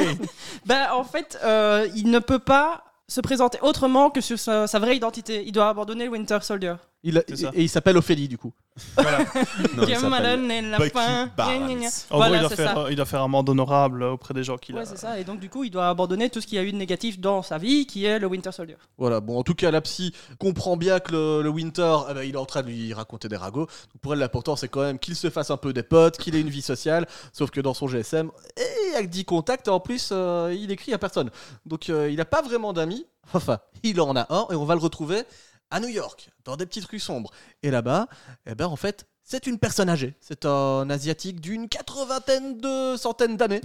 Speaker 3: ben, en fait, euh, il ne peut pas se présenter autrement que sur sa, sa vraie identité. Il doit abandonner le Winter Soldier.
Speaker 2: Il a-
Speaker 5: C'est ça.
Speaker 2: Et il s'appelle Ophélie, du coup.
Speaker 4: Non, il
Speaker 3: Jim
Speaker 4: s'appelle
Speaker 3: Allen est la
Speaker 4: Bucky
Speaker 3: fin.
Speaker 4: Barnes.
Speaker 3: Gna, gna, gna.
Speaker 5: En
Speaker 3: Voilà,
Speaker 5: gros, il doit,
Speaker 3: c'est
Speaker 5: faire,
Speaker 3: ça.
Speaker 5: euh, il doit faire amende honorable auprès des gens qu'il
Speaker 3: Ouais,
Speaker 5: a.
Speaker 3: c'est ça. Et donc, du coup, il doit abandonner tout ce qu'il y a eu de négatif dans sa vie, qui est le Winter Soldier.
Speaker 2: Voilà, bon, en tout cas, la psy comprend bien que le, le Winter, eh ben, il est en train de lui raconter des ragots. Donc, pour elle, l'important, c'est quand même qu'il se fasse un peu des potes, qu'il ait une vie sociale. Sauf que dans son GSM, eh, il y a que 10 contacts, et en plus, euh, il écrit à personne. Donc, euh, il n'a pas vraiment d'amis. Enfin, il en a un, et on va le retrouver à New York, dans des petites rues sombres. Et là-bas, eh ben, en fait, c'est une personne âgée. C'est un Asiatique d'une quatre-vingtaine de centaines d'années.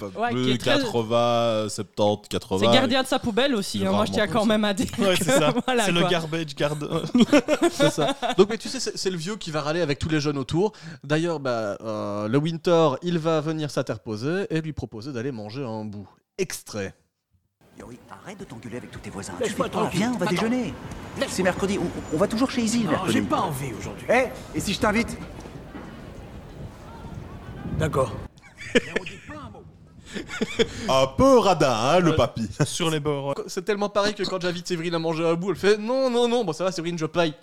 Speaker 4: Pas
Speaker 3: Ouais, qui
Speaker 4: plus
Speaker 3: est très-
Speaker 4: 80, 70, 80.
Speaker 3: C'est gardien de sa poubelle aussi.
Speaker 4: Il est
Speaker 3: hein. Moi, je tiens
Speaker 4: rarement
Speaker 3: quand même à dire.
Speaker 5: Ouais, c'est ça.
Speaker 3: Voilà,
Speaker 5: c'est le
Speaker 3: quoi.
Speaker 5: garbage garde. euh,
Speaker 2: C'est ça. Donc, mais tu sais, c'est c'est le vieux qui va râler avec tous les jeunes autour. D'ailleurs, bah, euh, le Winter, il va venir s'interposer et lui proposer d'aller manger un bout. Extrait.
Speaker 8: Yori, arrête de t'engueuler avec tous tes voisins.
Speaker 9: Laisse-moi
Speaker 8: Tu fais quoi
Speaker 9: tranquille.
Speaker 8: Viens, on va
Speaker 9: Attends.
Speaker 8: déjeuner.
Speaker 9: Laisse-moi.
Speaker 8: C'est mercredi. On, on va toujours chez Izzy le
Speaker 9: Non,
Speaker 8: mercredi.
Speaker 9: Oh, j'ai pas envie aujourd'hui.
Speaker 8: Eh, et si je t'invite
Speaker 9: D'accord.
Speaker 4: Un peu radin, hein, le
Speaker 5: Ouais.
Speaker 4: papy.
Speaker 5: sur les bords. ouais.
Speaker 2: C'est tellement pareil que quand j'invite Séverine à manger un bout, elle fait non, non, non, bon, ça va, Séverine, je paye.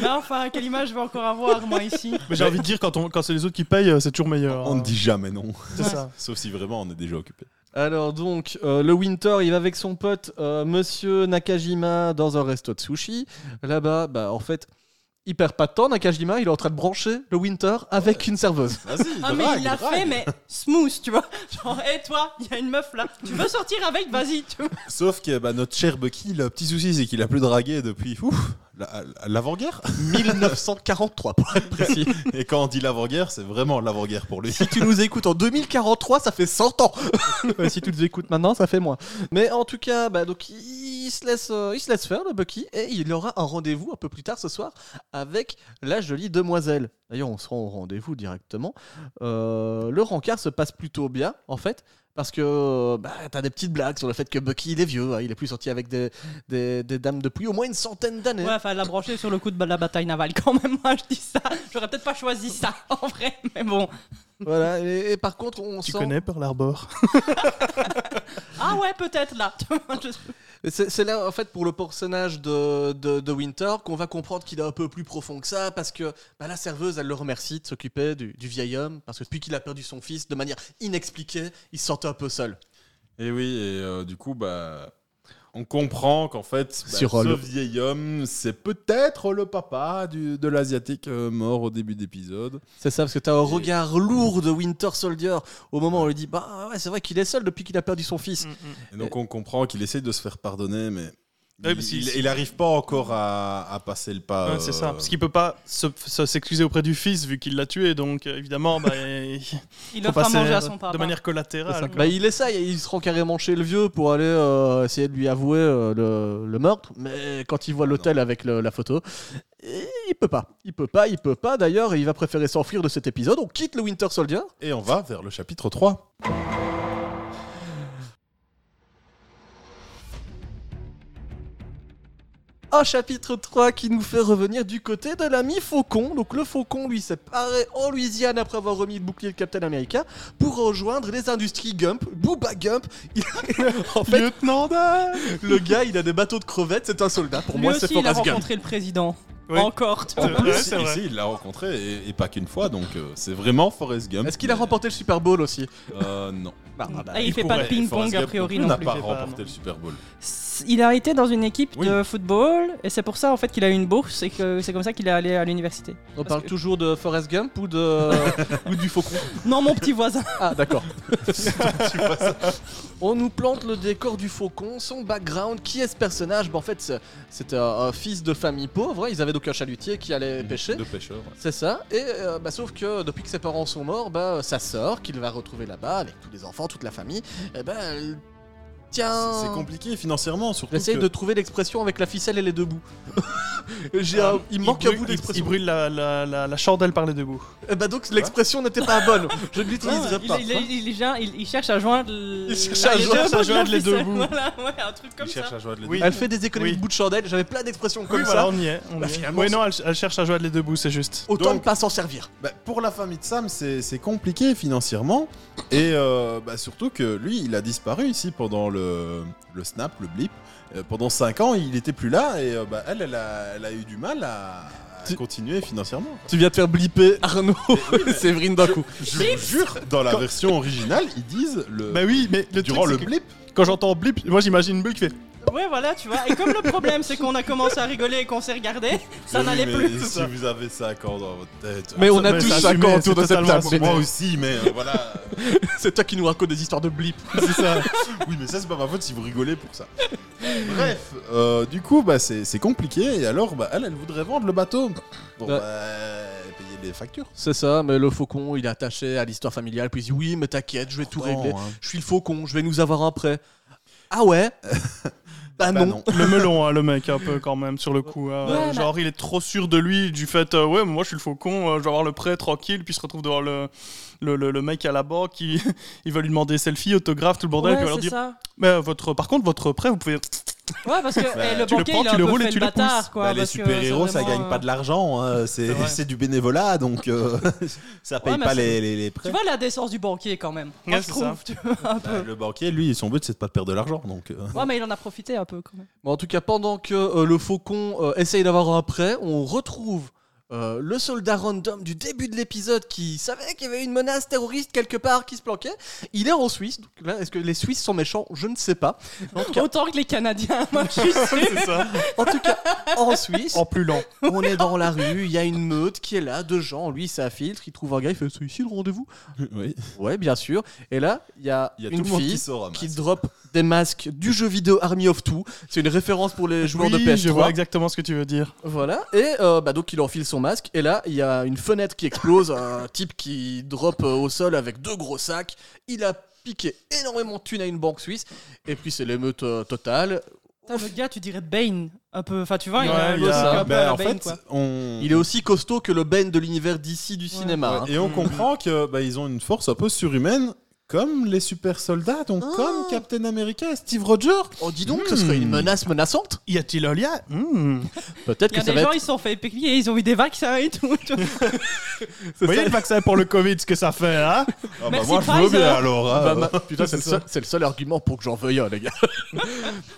Speaker 3: Mais enfin, quelle image je vais encore avoir, moi, ici
Speaker 5: Mais j'ai envie de dire, quand, on- quand c'est les autres qui payent, euh, c'est toujours meilleur.
Speaker 4: On ne
Speaker 5: hein.
Speaker 4: dit jamais non.
Speaker 5: C'est ça.
Speaker 4: Sauf si vraiment on est déjà occupé.
Speaker 2: Alors, donc, euh, le Winter, il va avec son pote, euh, monsieur Nakajima, dans un resto de sushi. Là-bas, bah, en fait. Il perd pas de temps, Nakajima, il est en train de brancher le Winter avec une serveuse.
Speaker 4: Vas-y,
Speaker 3: Ah mais
Speaker 4: drague,
Speaker 3: il l'a
Speaker 4: drague.
Speaker 3: fait mais smooth tu vois genre hé toi il y a une meuf là tu veux sortir avec vas-y tu vois.
Speaker 4: Sauf que bah, notre cher Bucky, le petit souci, c'est qu'il a plus dragué depuis ouf, la- l'avant-guerre.
Speaker 2: 1943 pour être précis.
Speaker 4: Et quand on dit l'avant-guerre, c'est vraiment l'avant-guerre pour lui.
Speaker 2: si tu nous écoutes en 2043, ça fait 100 ans. Ouais, si tu nous écoutes maintenant, ça fait moins. Mais en tout cas, bah, donc, il il se, laisse, euh, il se laisse faire, le Bucky, et il aura un rendez-vous un peu plus tard ce soir avec la jolie demoiselle. D'ailleurs, on se rend au rendez-vous directement. Euh, le rencard se passe plutôt bien, en fait. Parce que bah, t'as des petites blagues sur le fait que Bucky il est vieux, hein, il est plus sorti avec des, des, des dames depuis au moins une centaine d'années.
Speaker 3: ouais enfin elle l'a branché sur le coup de la bataille navale quand même moi je dis ça j'aurais peut-être pas choisi ça en vrai mais bon
Speaker 2: Voilà, et, et par contre on
Speaker 5: Tu
Speaker 2: sent-
Speaker 5: connais Pearl Harbor
Speaker 3: ah ouais peut-être là Tu vois, je-
Speaker 2: Et C'est c'est là, en fait, pour le personnage de, de, de Winter, qu'on va comprendre qu'il est un peu plus profond que ça, parce que bah, la serveuse, elle le remercie de s'occuper du, du vieil homme, parce que depuis qu'il a perdu son fils, de manière inexpliquée, il se sentait un peu seul.
Speaker 4: Et oui, et euh, du coup, bah, on comprend qu'en fait, bah,
Speaker 2: Sur, euh,
Speaker 4: ce
Speaker 2: le-
Speaker 4: vieil homme, c'est peut-être le papa du- de l'Asiatique euh, mort au début d'épisode.
Speaker 2: C'est ça, parce que t'as un regard lourd de Winter Soldier au moment où on lui dit Bah ouais, c'est vrai qu'il est seul depuis qu'il a perdu son fils.
Speaker 4: Et donc, on comprend qu'il essaie de se faire pardonner, mais
Speaker 5: Ouais, parce qu'il-
Speaker 4: il n'arrive pas encore à, à passer le pas.
Speaker 5: Ouais, c'est ça,
Speaker 4: euh,
Speaker 5: parce qu'il peut pas se- se- s'excuser auprès du fils vu qu'il l'a tué, donc euh, évidemment, bah, il
Speaker 3: il
Speaker 5: faut
Speaker 3: offre à
Speaker 5: passer
Speaker 3: manger à son papa
Speaker 5: de manière
Speaker 2: C'est ça.
Speaker 5: collatérale.
Speaker 2: Bah, il essaye, il se rend carrément chez le vieux pour aller euh, essayer de lui avouer euh, le, le meurtre, mais quand il voit l'hôtel avec le- la photo, et il peut pas. Il peut pas, il peut pas. D'ailleurs, il va préférer s'enfuir de cet épisode. On quitte le Winter Soldier.
Speaker 4: Et on va vers le chapitre 3.
Speaker 2: Un chapitre 3 qui nous fait revenir du côté de l'ami Faucon. Donc le Faucon, lui, s'est paré en Louisiane après avoir remis le bouclier de Captain America pour rejoindre les industries Gump, Booba Gump. Il- en
Speaker 5: Bah,
Speaker 2: fait,
Speaker 5: Lieutenant Dan
Speaker 2: le gars, il a des bateaux de crevettes, c'est un soldat. Pour
Speaker 3: lui
Speaker 2: moi, c'est
Speaker 3: aussi il a
Speaker 2: Forrest Gump.
Speaker 3: rencontré le président
Speaker 5: Oui.
Speaker 3: encore tu vois.
Speaker 5: En plus,
Speaker 4: Ouais,
Speaker 5: c'est vrai.
Speaker 4: ici, il l'a rencontré, et, et pas qu'une fois, donc euh, c'est vraiment Forrest Gump.
Speaker 2: Est-ce qu'il a
Speaker 4: Mais,
Speaker 2: remporté le Super Bowl aussi
Speaker 4: euh, Non.
Speaker 3: Ah, il, fait pas de
Speaker 5: pourrait.
Speaker 4: Forrest
Speaker 3: ping-pong a
Speaker 4: Gump
Speaker 3: priori
Speaker 4: non
Speaker 3: non
Speaker 4: n'a
Speaker 3: plus.
Speaker 4: pas
Speaker 5: J'ai pas,
Speaker 4: remporté
Speaker 5: non.
Speaker 4: le Super Bowl.
Speaker 3: Il a été dans une équipe
Speaker 4: Oui.
Speaker 3: de football et c'est pour ça en fait qu'il a eu une bourse et que c'est comme ça qu'il est allé à l'université.
Speaker 2: On
Speaker 3: Parce
Speaker 2: parle
Speaker 3: que-
Speaker 2: toujours de Forrest Gump ou, de... ou du faucon
Speaker 3: Non mon petit voisin.
Speaker 2: Ah, d'accord. On nous plante le décor du faucon, son background, qui est ce personnage Bon, En fait, c'est- c'était un, un fils de famille pauvre, hein, ils avaient donc un chalutier qui allait pêcher.
Speaker 4: De pêcheur. ouais.
Speaker 2: C'est ça, et euh, bah, sauf que depuis que ses parents sont morts, bah, euh, sa sœur, qu'il va retrouver là-bas, avec tous les enfants, toute la famille, eh ben, elle tient...
Speaker 4: C'est compliqué financièrement, surtout.
Speaker 2: J'essaye
Speaker 4: que-
Speaker 2: Oh. de trouver l'expression avec la ficelle et les deux bouts. J'ai un- Il manque un bout
Speaker 5: brûle, Ah, il- Il
Speaker 2: d'expression.
Speaker 5: brûle la, la, la, la chandelle par les deux bouts.
Speaker 2: Eh ben, donc l'expression n'était pas bonne, je ne l'utiliserai
Speaker 3: Il,
Speaker 2: pas.
Speaker 3: il- il- il- il- il- il cherche à joindre. l-
Speaker 2: hein. Il cherche
Speaker 3: la-
Speaker 2: à
Speaker 3: les
Speaker 2: joindre-
Speaker 3: deux
Speaker 5: à
Speaker 3: bouts de
Speaker 5: joindre
Speaker 3: la
Speaker 5: les deux
Speaker 3: ficelle.
Speaker 5: bouts.
Speaker 3: Voilà, ouais, un truc comme
Speaker 4: Il
Speaker 3: ça.
Speaker 4: cherche à joindre les
Speaker 5: Oui.
Speaker 2: Elle fait des économies
Speaker 5: Oui.
Speaker 2: de bout de chandelle, j'avais plein d'expressions comme
Speaker 5: oui,
Speaker 2: ça.
Speaker 5: voilà, on y est. On
Speaker 2: Bah,
Speaker 5: y est.
Speaker 2: finalement,
Speaker 5: Oui, non, elle, elle cherche à jouer les deux bouts, c'est juste.
Speaker 2: Autant
Speaker 4: Donc-
Speaker 2: ne pas s'en servir.
Speaker 4: Bah, pour la famille de Sam, c'est c'est compliqué financièrement. Et euh, bah, surtout que lui, il a disparu ici pendant le, le snap, le blip. Euh, pendant 5 ans, il était plus là. Et euh, bah, elle, elle a, elle a eu du mal à, à
Speaker 2: Tu-
Speaker 4: continuer financièrement.
Speaker 2: Tu viens de faire blipper Arnaud et Séverine d'un coup.
Speaker 4: Je vous jure, dans la version originale, ils disent le,
Speaker 5: Bah oui, mais le
Speaker 4: durant le
Speaker 5: truc, c'est
Speaker 4: blip.
Speaker 5: que quand j'entends blip, moi j'imagine une bulle qui fait
Speaker 3: Ouais, voilà, tu vois. Et comme le problème, c'est qu'on a commencé à rigoler et qu'on s'est regardé, ça
Speaker 4: Oui,
Speaker 3: n'allait
Speaker 4: mais
Speaker 3: plus.
Speaker 4: Si vous avez 5 ans dans votre tête. ah,
Speaker 2: Mais on a
Speaker 5: mais
Speaker 2: tous
Speaker 5: ça
Speaker 2: 5
Speaker 5: assume,
Speaker 2: ans autour
Speaker 5: c'est
Speaker 2: de cette
Speaker 5: totalement
Speaker 2: table.
Speaker 4: Moi aussi, mais euh, voilà.
Speaker 2: C'est toi qui nous raconte des histoires de blip.
Speaker 4: C'est ça. oui, mais ça, c'est pas ma faute si vous rigolez pour ça. Bref, euh, du coup, bah, c'est c'est compliqué. Et alors, bah, elle, elle voudrait vendre le bateau. Bon,
Speaker 2: Ouais.
Speaker 4: bah, payer les factures.
Speaker 2: C'est ça, mais le faucon, il est attaché à l'histoire familiale, puis il dit oui, mais t'inquiète, je vais tout régler.
Speaker 4: Pourtant, hein.
Speaker 2: Je suis le faucon, je vais nous avoir un prêt. Ah ouais Bah
Speaker 4: Bah
Speaker 2: non.
Speaker 4: non.
Speaker 5: le melon, hein, le mec, un peu quand même, sur le coup. hein.
Speaker 3: Ouais, bah.
Speaker 5: genre, il est trop sûr de lui, du fait, euh, ouais, moi je suis le faucon, euh, je vais avoir le prêt tranquille, puis il se retrouve devant le, le, le- le mec à la banque, qui il va lui demander selfie, autographe, tout le bordel, puis il va leur dire,
Speaker 3: ça.
Speaker 5: mais euh, votre, par contre, votre prêt, vous pouvez.
Speaker 3: Ouais, parce que eh, le
Speaker 5: tu le
Speaker 3: banquier,
Speaker 5: prends,
Speaker 3: il a
Speaker 5: tu
Speaker 3: un
Speaker 5: le
Speaker 3: peu
Speaker 5: roules et
Speaker 3: fait
Speaker 5: tu
Speaker 3: le
Speaker 5: le pousses.
Speaker 3: bâtard, quoi.
Speaker 4: Bah, les
Speaker 3: parce que
Speaker 4: super-héros,
Speaker 3: c'est
Speaker 4: ça
Speaker 3: vraiment,
Speaker 4: gagne pas de l'argent. hein. C'est
Speaker 5: vrai.
Speaker 4: c'est du bénévolat, donc euh, ça paye
Speaker 3: Ouais, mais
Speaker 4: pas
Speaker 3: c'est-
Speaker 4: les, les- les
Speaker 3: euh, Tu
Speaker 4: prêts. Bah,
Speaker 3: vois la décence du banquier, quand même. Moi,
Speaker 5: Ouais,
Speaker 3: je
Speaker 5: c'est
Speaker 3: trouve.
Speaker 5: ça.
Speaker 3: tu vois, un peu.
Speaker 4: le banquier, lui, son but, c'est de pas perdre de l'argent. Donc, euh,
Speaker 3: Ouais, mais il en a profité un peu, quand même.
Speaker 2: Bon, en tout cas, pendant que euh, le faucon euh, essaye d'avoir un prêt, on retrouve euh, le soldat random du début de l'épisode qui savait qu'il y avait une menace terroriste quelque part qui se planquait, il est en Suisse. Donc là, est-ce que les Suisses sont méchants Je ne sais pas. En tout cas,
Speaker 3: Autant que les Canadiens, moi je suis sûr.
Speaker 5: C'est ça.
Speaker 2: en, tout cas, en Suisse,
Speaker 5: En plus lent.
Speaker 2: on est dans la rue, il y a une meute qui est là, deux gens, lui ça filtre, il trouve un gars, il fait c'est ici le rendez-vous
Speaker 4: Oui.
Speaker 2: Ouais, bien sûr. Et là, il y a
Speaker 4: Il y a
Speaker 2: une
Speaker 4: tout le monde
Speaker 2: fille
Speaker 4: qui sort. à
Speaker 2: qui
Speaker 4: masse.
Speaker 2: drop des masques du jeu vidéo Army of Two. C'est une référence pour les joueurs de
Speaker 5: Oui,
Speaker 2: PS3.
Speaker 5: je vois exactement ce que tu veux dire.
Speaker 2: Voilà. Et euh, bah, donc il enfile son masque. Et là, il y a une fenêtre qui explose. un type qui drop euh, au sol avec deux gros sacs. Il a piqué énormément de thunes à une banque suisse. Et puis c'est l'émeute euh, totale.
Speaker 3: Putain, le gars, tu dirais Bane, un peu. Enfin, tu vois, il
Speaker 5: Ouais,
Speaker 3: a un
Speaker 5: il
Speaker 3: look
Speaker 5: a-
Speaker 3: un peu Euh, à
Speaker 4: Bah,
Speaker 3: la
Speaker 4: en
Speaker 3: Bane,
Speaker 4: fait,
Speaker 3: quoi.
Speaker 4: on.
Speaker 2: Il est aussi costaud que le Ben de l'univers d'ici du cinéma. hein.
Speaker 4: Ouais, Et on comprend que bah, ils ont une force un peu surhumaine, comme les super soldats, donc
Speaker 2: Ah.
Speaker 4: comme Captain America et Steve Rogers.
Speaker 2: Oh, dis donc, ce serait une
Speaker 4: Hmm.
Speaker 2: menace menaçante.
Speaker 5: Y a-t-il un lien Hmm.
Speaker 2: Peut-être
Speaker 3: Il y
Speaker 2: que
Speaker 3: a
Speaker 2: ça
Speaker 3: des
Speaker 2: va
Speaker 3: gens,
Speaker 2: être.
Speaker 3: ils se sont fait piquer, ils ont eu des vaccins et tout. tu vois.
Speaker 5: Vous voyez le vaccin pour le Covid, ce que ça fait, hein
Speaker 4: Ah,
Speaker 3: Merci,
Speaker 4: moi, je veux
Speaker 3: Pfizer.
Speaker 4: bien alors. hein.
Speaker 2: Bah, bah, putain, c'est le,
Speaker 5: c'est
Speaker 2: seul- c'est le seul argument pour que j'en veuille un, les gars.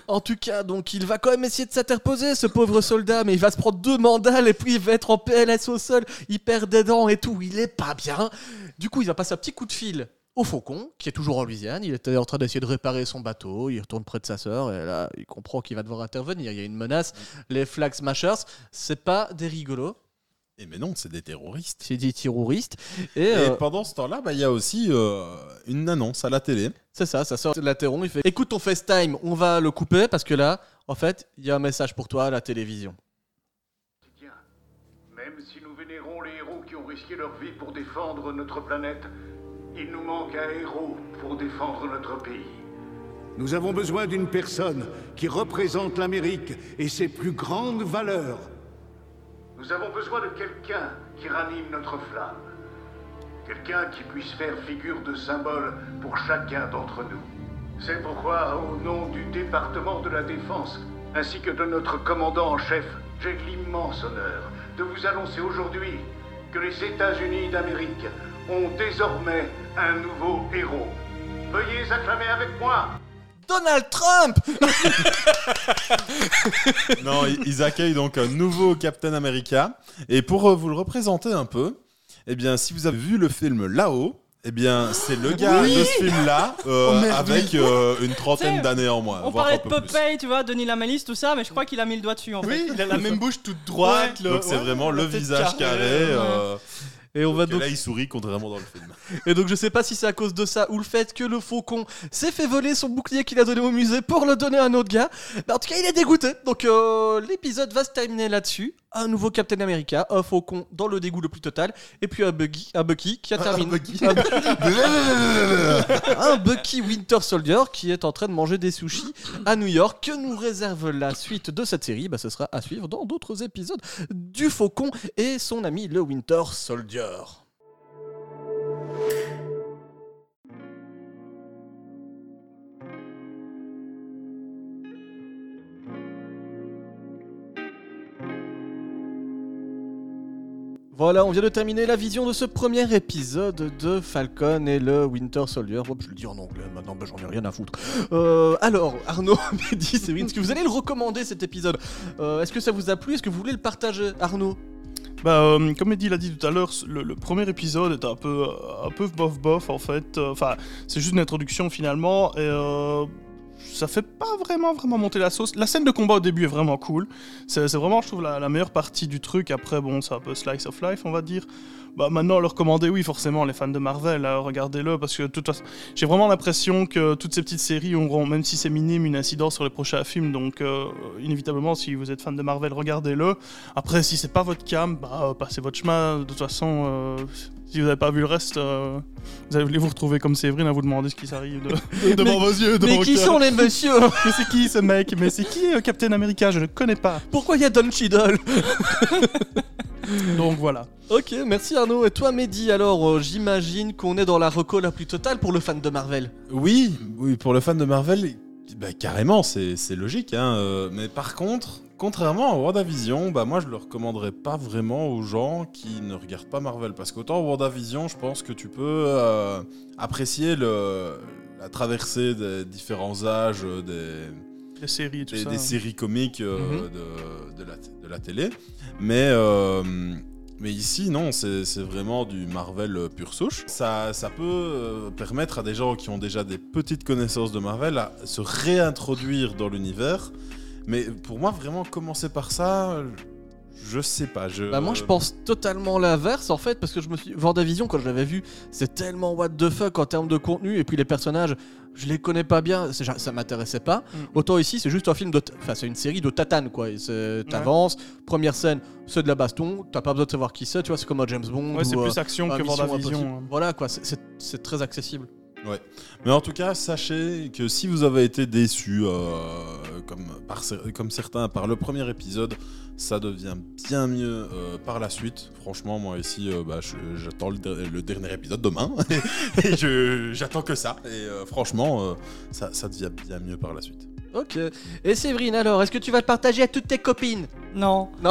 Speaker 2: en tout cas, donc, il va quand même essayer de s'interposer, ce pauvre soldat, mais il va se prendre deux mandales et puis il va être en PLS au sol. Il perd des dents et tout. Il est pas bien. Du coup, il va passer un petit coup de fil au faucon, qui est toujours en Louisiane. Il était en train d'essayer de réparer son bateau. Il retourne près de sa sœur et là, il comprend qu'il va devoir intervenir. Il y a une menace. Les flag smashers, c'est pas des rigolos,
Speaker 4: Et Eh, mais non, c'est des terroristes.
Speaker 2: c'est des terroristes. Et,
Speaker 4: Et
Speaker 2: euh,
Speaker 4: pendant ce temps-là, bah, il y a aussi euh, une annonce à la télé.
Speaker 2: C'est ça, ça sort de l'interrompt, il fait écoute ton FaceTime, on va le couper parce que là, en fait, il y a un message pour toi à la télévision.
Speaker 9: Tiens, Même si nous vénérons les héros qui ont risqué leur vie pour défendre notre planète, il nous manque un héros pour défendre notre pays. Nous avons besoin d'une personne qui représente l'Amérique et ses plus grandes valeurs. Nous avons besoin de quelqu'un qui ranime notre flamme. Quelqu'un qui puisse faire figure de symbole pour chacun d'entre nous. C'est pourquoi, au nom du département de la Défense, ainsi que de notre commandant en chef, j'ai l'immense honneur de vous annoncer aujourd'hui que les États-Unis d'Amérique ont désormais un nouveau héros. Veuillez acclamer avec moi
Speaker 2: Donald Trump
Speaker 4: non, i- ils accueillent donc un nouveau Captain America. Et pour euh, vous le représenter un peu, eh bien, si vous avez vu le film Là-haut, eh bien, c'est le gars de ce film-là euh,
Speaker 5: Oh, merde,
Speaker 4: avec euh, une trentaine
Speaker 3: C'est-
Speaker 4: d'années en moins.
Speaker 3: On
Speaker 4: voire
Speaker 3: parlait
Speaker 4: un
Speaker 3: de
Speaker 4: peu plus.
Speaker 3: Popeye, tu vois, Denis Lamelis, tout ça, mais je crois qu'il a mis le doigt dessus en fait.
Speaker 5: Oui, il a la même bouche toute droite. le-
Speaker 4: Donc c'est
Speaker 5: ouais,
Speaker 4: vraiment
Speaker 5: la
Speaker 4: le
Speaker 5: tête
Speaker 4: visage carré. euh,
Speaker 2: et on va
Speaker 4: que
Speaker 2: donc
Speaker 4: là, il sourit contrairement dans le film.
Speaker 2: et donc je sais pas si c'est à cause de ça ou le fait que le faucon s'est fait voler son bouclier qu'il a donné au musée pour le donner à un autre gars. Mais en tout cas il est dégoûté. Donc euh, l'épisode va se terminer là-dessus. Un nouveau Captain America, un faucon dans le dégoût le plus total, et puis un Buggy, un Bucky qui a terminé. Un Bu- un Bucky Winter Soldier qui est en train de manger des sushis à New York. Que nous réserve la suite de cette série bah, Ce sera à suivre dans d'autres épisodes du Faucon et son ami le Winter Soldier. Voilà, on vient de terminer la vision de ce premier épisode de Falcon et le Winter Soldier. Hop, je le dis en anglais maintenant, ben, j'en ai rien à foutre. Euh, alors, Arnaud, Mehdi, Séverine, est-ce que vous allez le recommander cet épisode Euh, Est-ce que ça vous a plu Est-ce que vous voulez le partager, Arnaud
Speaker 5: Bah, euh, comme Eddie l'a dit tout à l'heure, le, le premier épisode est un peu, euh, un peu bof bof en fait. Euh, Enfin, c'est juste une introduction finalement et euh, ça fait pas vraiment vraiment monter la sauce. La scène de combat au début est vraiment cool. C'est c'est vraiment, je trouve, la, la meilleure partie du truc. Après, bon, c'est un peu slice of life, on va dire. Bah, maintenant, le recommander, oui, forcément, les fans de Marvel, hein, regardez-le parce que de toute façon, j'ai vraiment l'impression que toutes ces petites séries auront, même si c'est minime, une incidence sur les prochains films. Donc, euh, inévitablement, si vous êtes fan de Marvel, regardez-le. Après, si c'est pas votre cam, bah, euh, passez votre chemin. De toute façon, euh, si vous n'avez pas vu le reste, euh, vous allez vous retrouver comme Séverine à vous demander ce qui s'arrive de- devant vos yeux.
Speaker 2: Mais
Speaker 5: donc,
Speaker 2: qui
Speaker 5: euh,
Speaker 2: sont les messieurs
Speaker 5: Mais c'est qui ce mec Mais c'est qui euh, Captain America Je ne connais pas.
Speaker 2: Pourquoi il y a Don Cheadle
Speaker 5: Donc voilà.
Speaker 2: Ok, merci Arnaud. Et toi, Mehdi, alors, euh, j'imagine qu'on est dans la reco la plus totale pour le fan de Marvel.
Speaker 4: Oui, oui, pour le fan de Marvel, bah, carrément, c'est c'est logique. hein, euh, mais par contre, contrairement à WandaVision, bah, moi je le recommanderais pas vraiment aux gens qui ne regardent pas Marvel. Parce qu'autant WandaVision, je pense que tu peux euh, apprécier le, la traversée des différents âges euh, des,
Speaker 5: Les séries et tout
Speaker 4: des,
Speaker 5: ça.
Speaker 4: des séries comiques euh, de, de la, de la télé. Mais euh, Mais ici, non, c'est c'est vraiment du Marvel euh, pure souche. Ça, ça peut euh, permettre à des gens qui ont déjà des petites connaissances de Marvel à se réintroduire dans l'univers. Mais pour moi, vraiment commencer par ça, euh, je sais pas. Je,
Speaker 2: Bah moi je pense totalement l'inverse en fait parce que je me suis Vendavision quand je l'avais vu c'est tellement what the fuck en termes de contenu et puis les personnages je les connais pas bien c'est- ça m'intéressait pas
Speaker 5: Mm.
Speaker 2: autant ici c'est juste un film de ta- enfin c'est une série de tatanes quoi Et c'est- t'avances première scène c'est de la baston t'as pas besoin de savoir qui c'est tu vois c'est comme un James Bond
Speaker 5: Ouais, c'est
Speaker 2: ou, euh,
Speaker 5: plus action
Speaker 2: un
Speaker 5: que
Speaker 2: Mission Impossible.
Speaker 5: Vendavision. hein.
Speaker 2: voilà quoi c'est- c'est c'est très accessible
Speaker 4: Mais en tout cas, sachez que si vous avez été déçu, euh, comme, par, cer- comme certains, par le premier épisode, ça devient bien mieux euh, par la suite. Franchement, moi ici, euh, bah, je- j'attends le, der- le dernier épisode demain. et je- j'attends que ça. Et euh, franchement, euh, ça, ça devient bien mieux par la suite.
Speaker 2: ok et Séverine alors est-ce que tu vas le partager à toutes tes copines
Speaker 3: Non.
Speaker 2: non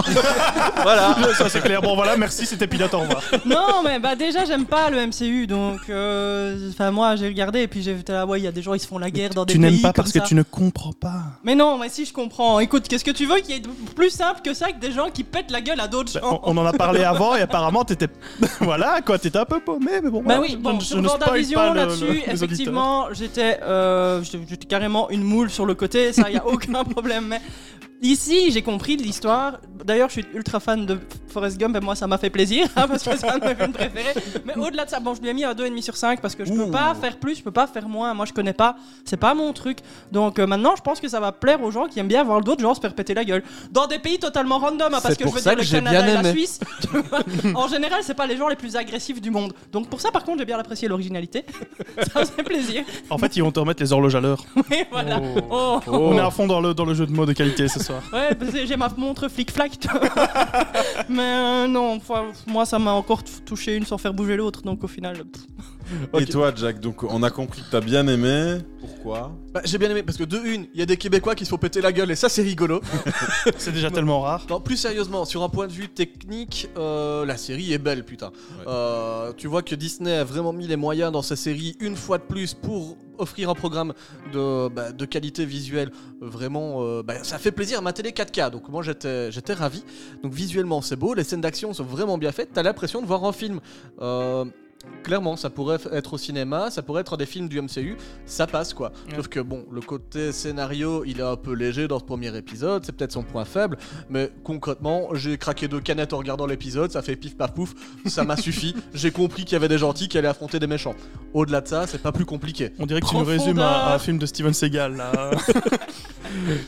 Speaker 5: Voilà. Ça c'est clair. Bon voilà, merci, c'était pilote, au revoir.
Speaker 3: non, mais bah déjà, j'aime pas le MCU, donc. euh, Enfin, moi, j'ai regardé et puis j'ai été là, ouais, il y a des gens, ils se font la guerre dans des pays. comme ça.
Speaker 5: ne comprends pas.
Speaker 3: Mais non, mais si, je comprends. Écoute, qu'est-ce que tu veux qu'il y ait de plus simple que ça que des gens qui pètent la gueule à d'autres
Speaker 5: Bah,
Speaker 3: gens
Speaker 5: on, on en a parlé avant et apparemment t'étais. voilà quoi, t'étais un peu paumé, mais bon.
Speaker 3: Bah
Speaker 5: voilà,
Speaker 3: oui,
Speaker 5: je-
Speaker 3: bon,
Speaker 5: je
Speaker 3: sur
Speaker 5: ne spoil
Speaker 3: Vendavision
Speaker 5: pas le- le-
Speaker 3: là-dessus,
Speaker 5: les auditeurs.
Speaker 3: effectivement, j'étais euh, j'étais j'étais carrément une moule sur le côté, ça y a aucun problème. Mais ici, j'ai compris de l'histoire. D'ailleurs, je suis ultra fan de Forrest Gump et moi ça m'a fait plaisir hein, parce que c'est un de mes films préférés. Mais au-delà de ça, bon, je lui ai mis un 2,5 sur 5 parce que je peux pas faire plus, je peux pas faire moins. Moi, je connais pas, c'est pas mon truc. Donc euh, maintenant, je pense que ça va plaire aux gens qui aiment bien voir d'autres gens se faire péter la gueule dans des pays totalement random hein, parce
Speaker 2: C'est
Speaker 3: que je
Speaker 2: pour
Speaker 3: veux
Speaker 2: ça
Speaker 3: dire
Speaker 2: que
Speaker 3: le
Speaker 2: j'ai
Speaker 3: Canada
Speaker 2: bien
Speaker 3: et la
Speaker 2: aimé.
Speaker 3: Suisse. tu vois. en général, c'est pas les gens les plus agressifs du monde. Donc pour ça, par contre, j'ai bien apprécié l'originalité. ça me fait plaisir.
Speaker 5: En fait, ils vont te remettre les horloges à l'heure.
Speaker 3: Et voilà.
Speaker 5: Oh.
Speaker 3: Oh.
Speaker 5: On est à fond dans le, dans le jeu de mots de qualité ce soir.
Speaker 3: Ouais, parce que j'ai ma montre flic-flac. tu vois. Mais euh, non, enfin, moi, ça m'a encore t- touché une sans faire bouger l'autre. Donc au final, pff.
Speaker 4: Et toi, Jack, donc on a compris que t'as bien aimé. Pourquoi
Speaker 2: Bah, j'ai bien aimé parce que de une il y a des Québécois qui se font péter la gueule et ça c'est rigolo
Speaker 5: C'est déjà tellement rare.
Speaker 2: Non, plus sérieusement, sur un point de vue technique, euh, la série est belle, putain. Euh, tu vois que Disney a vraiment mis les moyens dans sa série une fois de plus pour offrir un programme de, bah, de qualité visuelle. Vraiment, euh, bah, ça fait plaisir à ma télé 4K, donc moi j'étais j'étais ravi. Donc visuellement, c'est beau, les scènes d'action sont vraiment bien faites, t'as l'impression de voir un film. Euh, Clairement, ça pourrait f- être au cinéma, ça pourrait être des films du MCU, ça passe quoi.
Speaker 5: Ouais.
Speaker 2: Sauf que bon, le côté scénario, il est un peu léger dans ce premier épisode, c'est peut-être son point faible, mais concrètement, j'ai craqué deux canettes en regardant l'épisode, ça fait pif paf pouf, ça m'a suffi, j'ai compris qu'il y avait des gentils qui allaient affronter des méchants. Au-delà de ça, c'est pas plus compliqué.
Speaker 5: On dirait que tu nous
Speaker 3: Profondeur.
Speaker 5: résumes un, un film de Steven Seagal là.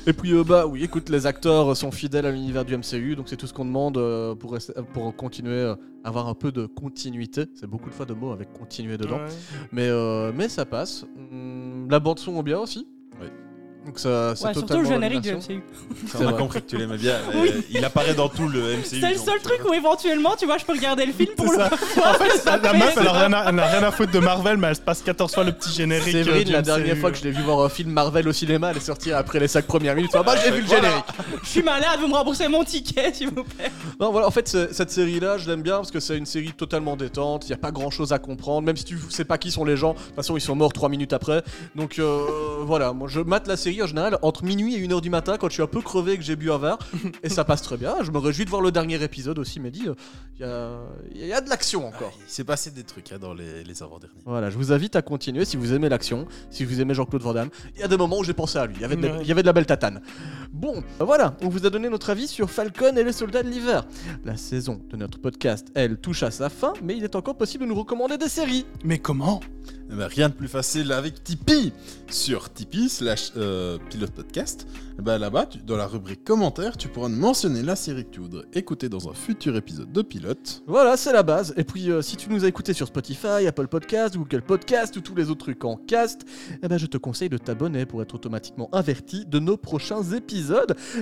Speaker 2: Et puis euh, bah oui, écoute, les acteurs sont fidèles à l'univers du MCU, donc c'est tout ce qu'on demande euh, pour, rester- pour continuer euh, avoir un peu de continuité. C'est beaucoup de fois de mots avec continuer dedans.
Speaker 5: Ouais.
Speaker 2: Mais, euh, mais ça passe. Hmm, la bande son bien aussi.
Speaker 4: Oui.
Speaker 2: Donc ça, c'est
Speaker 3: ouais, surtout
Speaker 2: totalement
Speaker 3: le générique du
Speaker 2: l'animation.
Speaker 3: MCU.
Speaker 4: On a
Speaker 2: vrai.
Speaker 4: compris que tu l'aimais bien. mais
Speaker 3: Oui.
Speaker 4: Il apparaît dans tout le MCU.
Speaker 3: C'est le
Speaker 4: donc,
Speaker 3: seul
Speaker 4: euh,
Speaker 3: truc où éventuellement, tu vois, je peux regarder le film pour
Speaker 5: C'est
Speaker 3: le revoir.
Speaker 5: ça. La, la
Speaker 3: Bah, Mais
Speaker 5: meuf,
Speaker 3: c'est
Speaker 5: elle a,
Speaker 3: pas-
Speaker 5: rien à, elle a rien à foutre de Marvel, mais elle se passe 14 fois le petit générique. euh,
Speaker 2: Séverine,
Speaker 5: du
Speaker 2: la
Speaker 5: MCU.
Speaker 2: dernière fois que je l'ai vu voir un film Marvel au cinéma, elle est sortie après les 5 premières minutes. Ah bah j'ai vu le générique.
Speaker 3: Je suis malade, vous me remboursez mon ticket, s'il vous plaît.
Speaker 2: Non, voilà, en fait, ce- cette série-là, je l'aime bien parce que c'est une série totalement détente. Il n'y a pas grand-chose à comprendre, même si tu sais pas qui sont les gens. De toute façon, ils sont morts 3 minutes après. Donc euh, voilà, moi je mate la série en général entre minuit et 1h du matin quand je suis un peu crevé et que j'ai bu un verre. et ça passe très bien. Je me réjouis de voir le dernier épisode aussi, mais dit, il y, a- y a de l'action encore.
Speaker 4: Il s'est passé des trucs hein, dans les, les avant-derniers.
Speaker 2: Voilà, je vous invite à continuer si vous aimez l'action, si vous aimez Jean-Claude Van Damme. Il y a des moments où j'ai pensé à lui, il y avait de, la-
Speaker 5: Ouais.
Speaker 2: il y avait de la belle tatane. Bon, bah voilà, on vous a donné notre avis sur Falcon et les soldats de l'hiver. La saison de notre podcast, elle, touche à sa fin, mais il est encore possible de nous recommander des séries.
Speaker 5: Mais comment
Speaker 4: Eh ben, rien de plus facile avec Tipeee. Sur Tipeee slash euh, pilote podcast, eh ben, là-bas, tu- dans la rubrique commentaires, tu pourras nous mentionner la série que tu voudrais écouter dans un futur épisode de pilote.
Speaker 2: Voilà, c'est la base. Et puis, euh, si tu nous as écoutés sur Spotify, Apple Podcast, Google Podcast ou tous les autres trucs en cast, eh ben, je te conseille de t'abonner pour être automatiquement averti de nos prochains épisodes.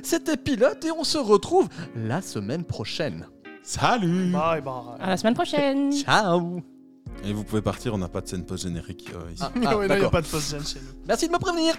Speaker 2: C'était Pilote et on se retrouve la semaine prochaine.
Speaker 4: Salut
Speaker 5: Bye bye.
Speaker 3: la semaine prochaine.
Speaker 2: Ciao
Speaker 4: Et vous pouvez partir, on n'a pas de scène post-générique euh, ici.
Speaker 2: Ah,
Speaker 5: Ouais, non, y a
Speaker 2: d'accord.
Speaker 5: pas de fausse gêne chez nous.
Speaker 2: Merci de me prévenir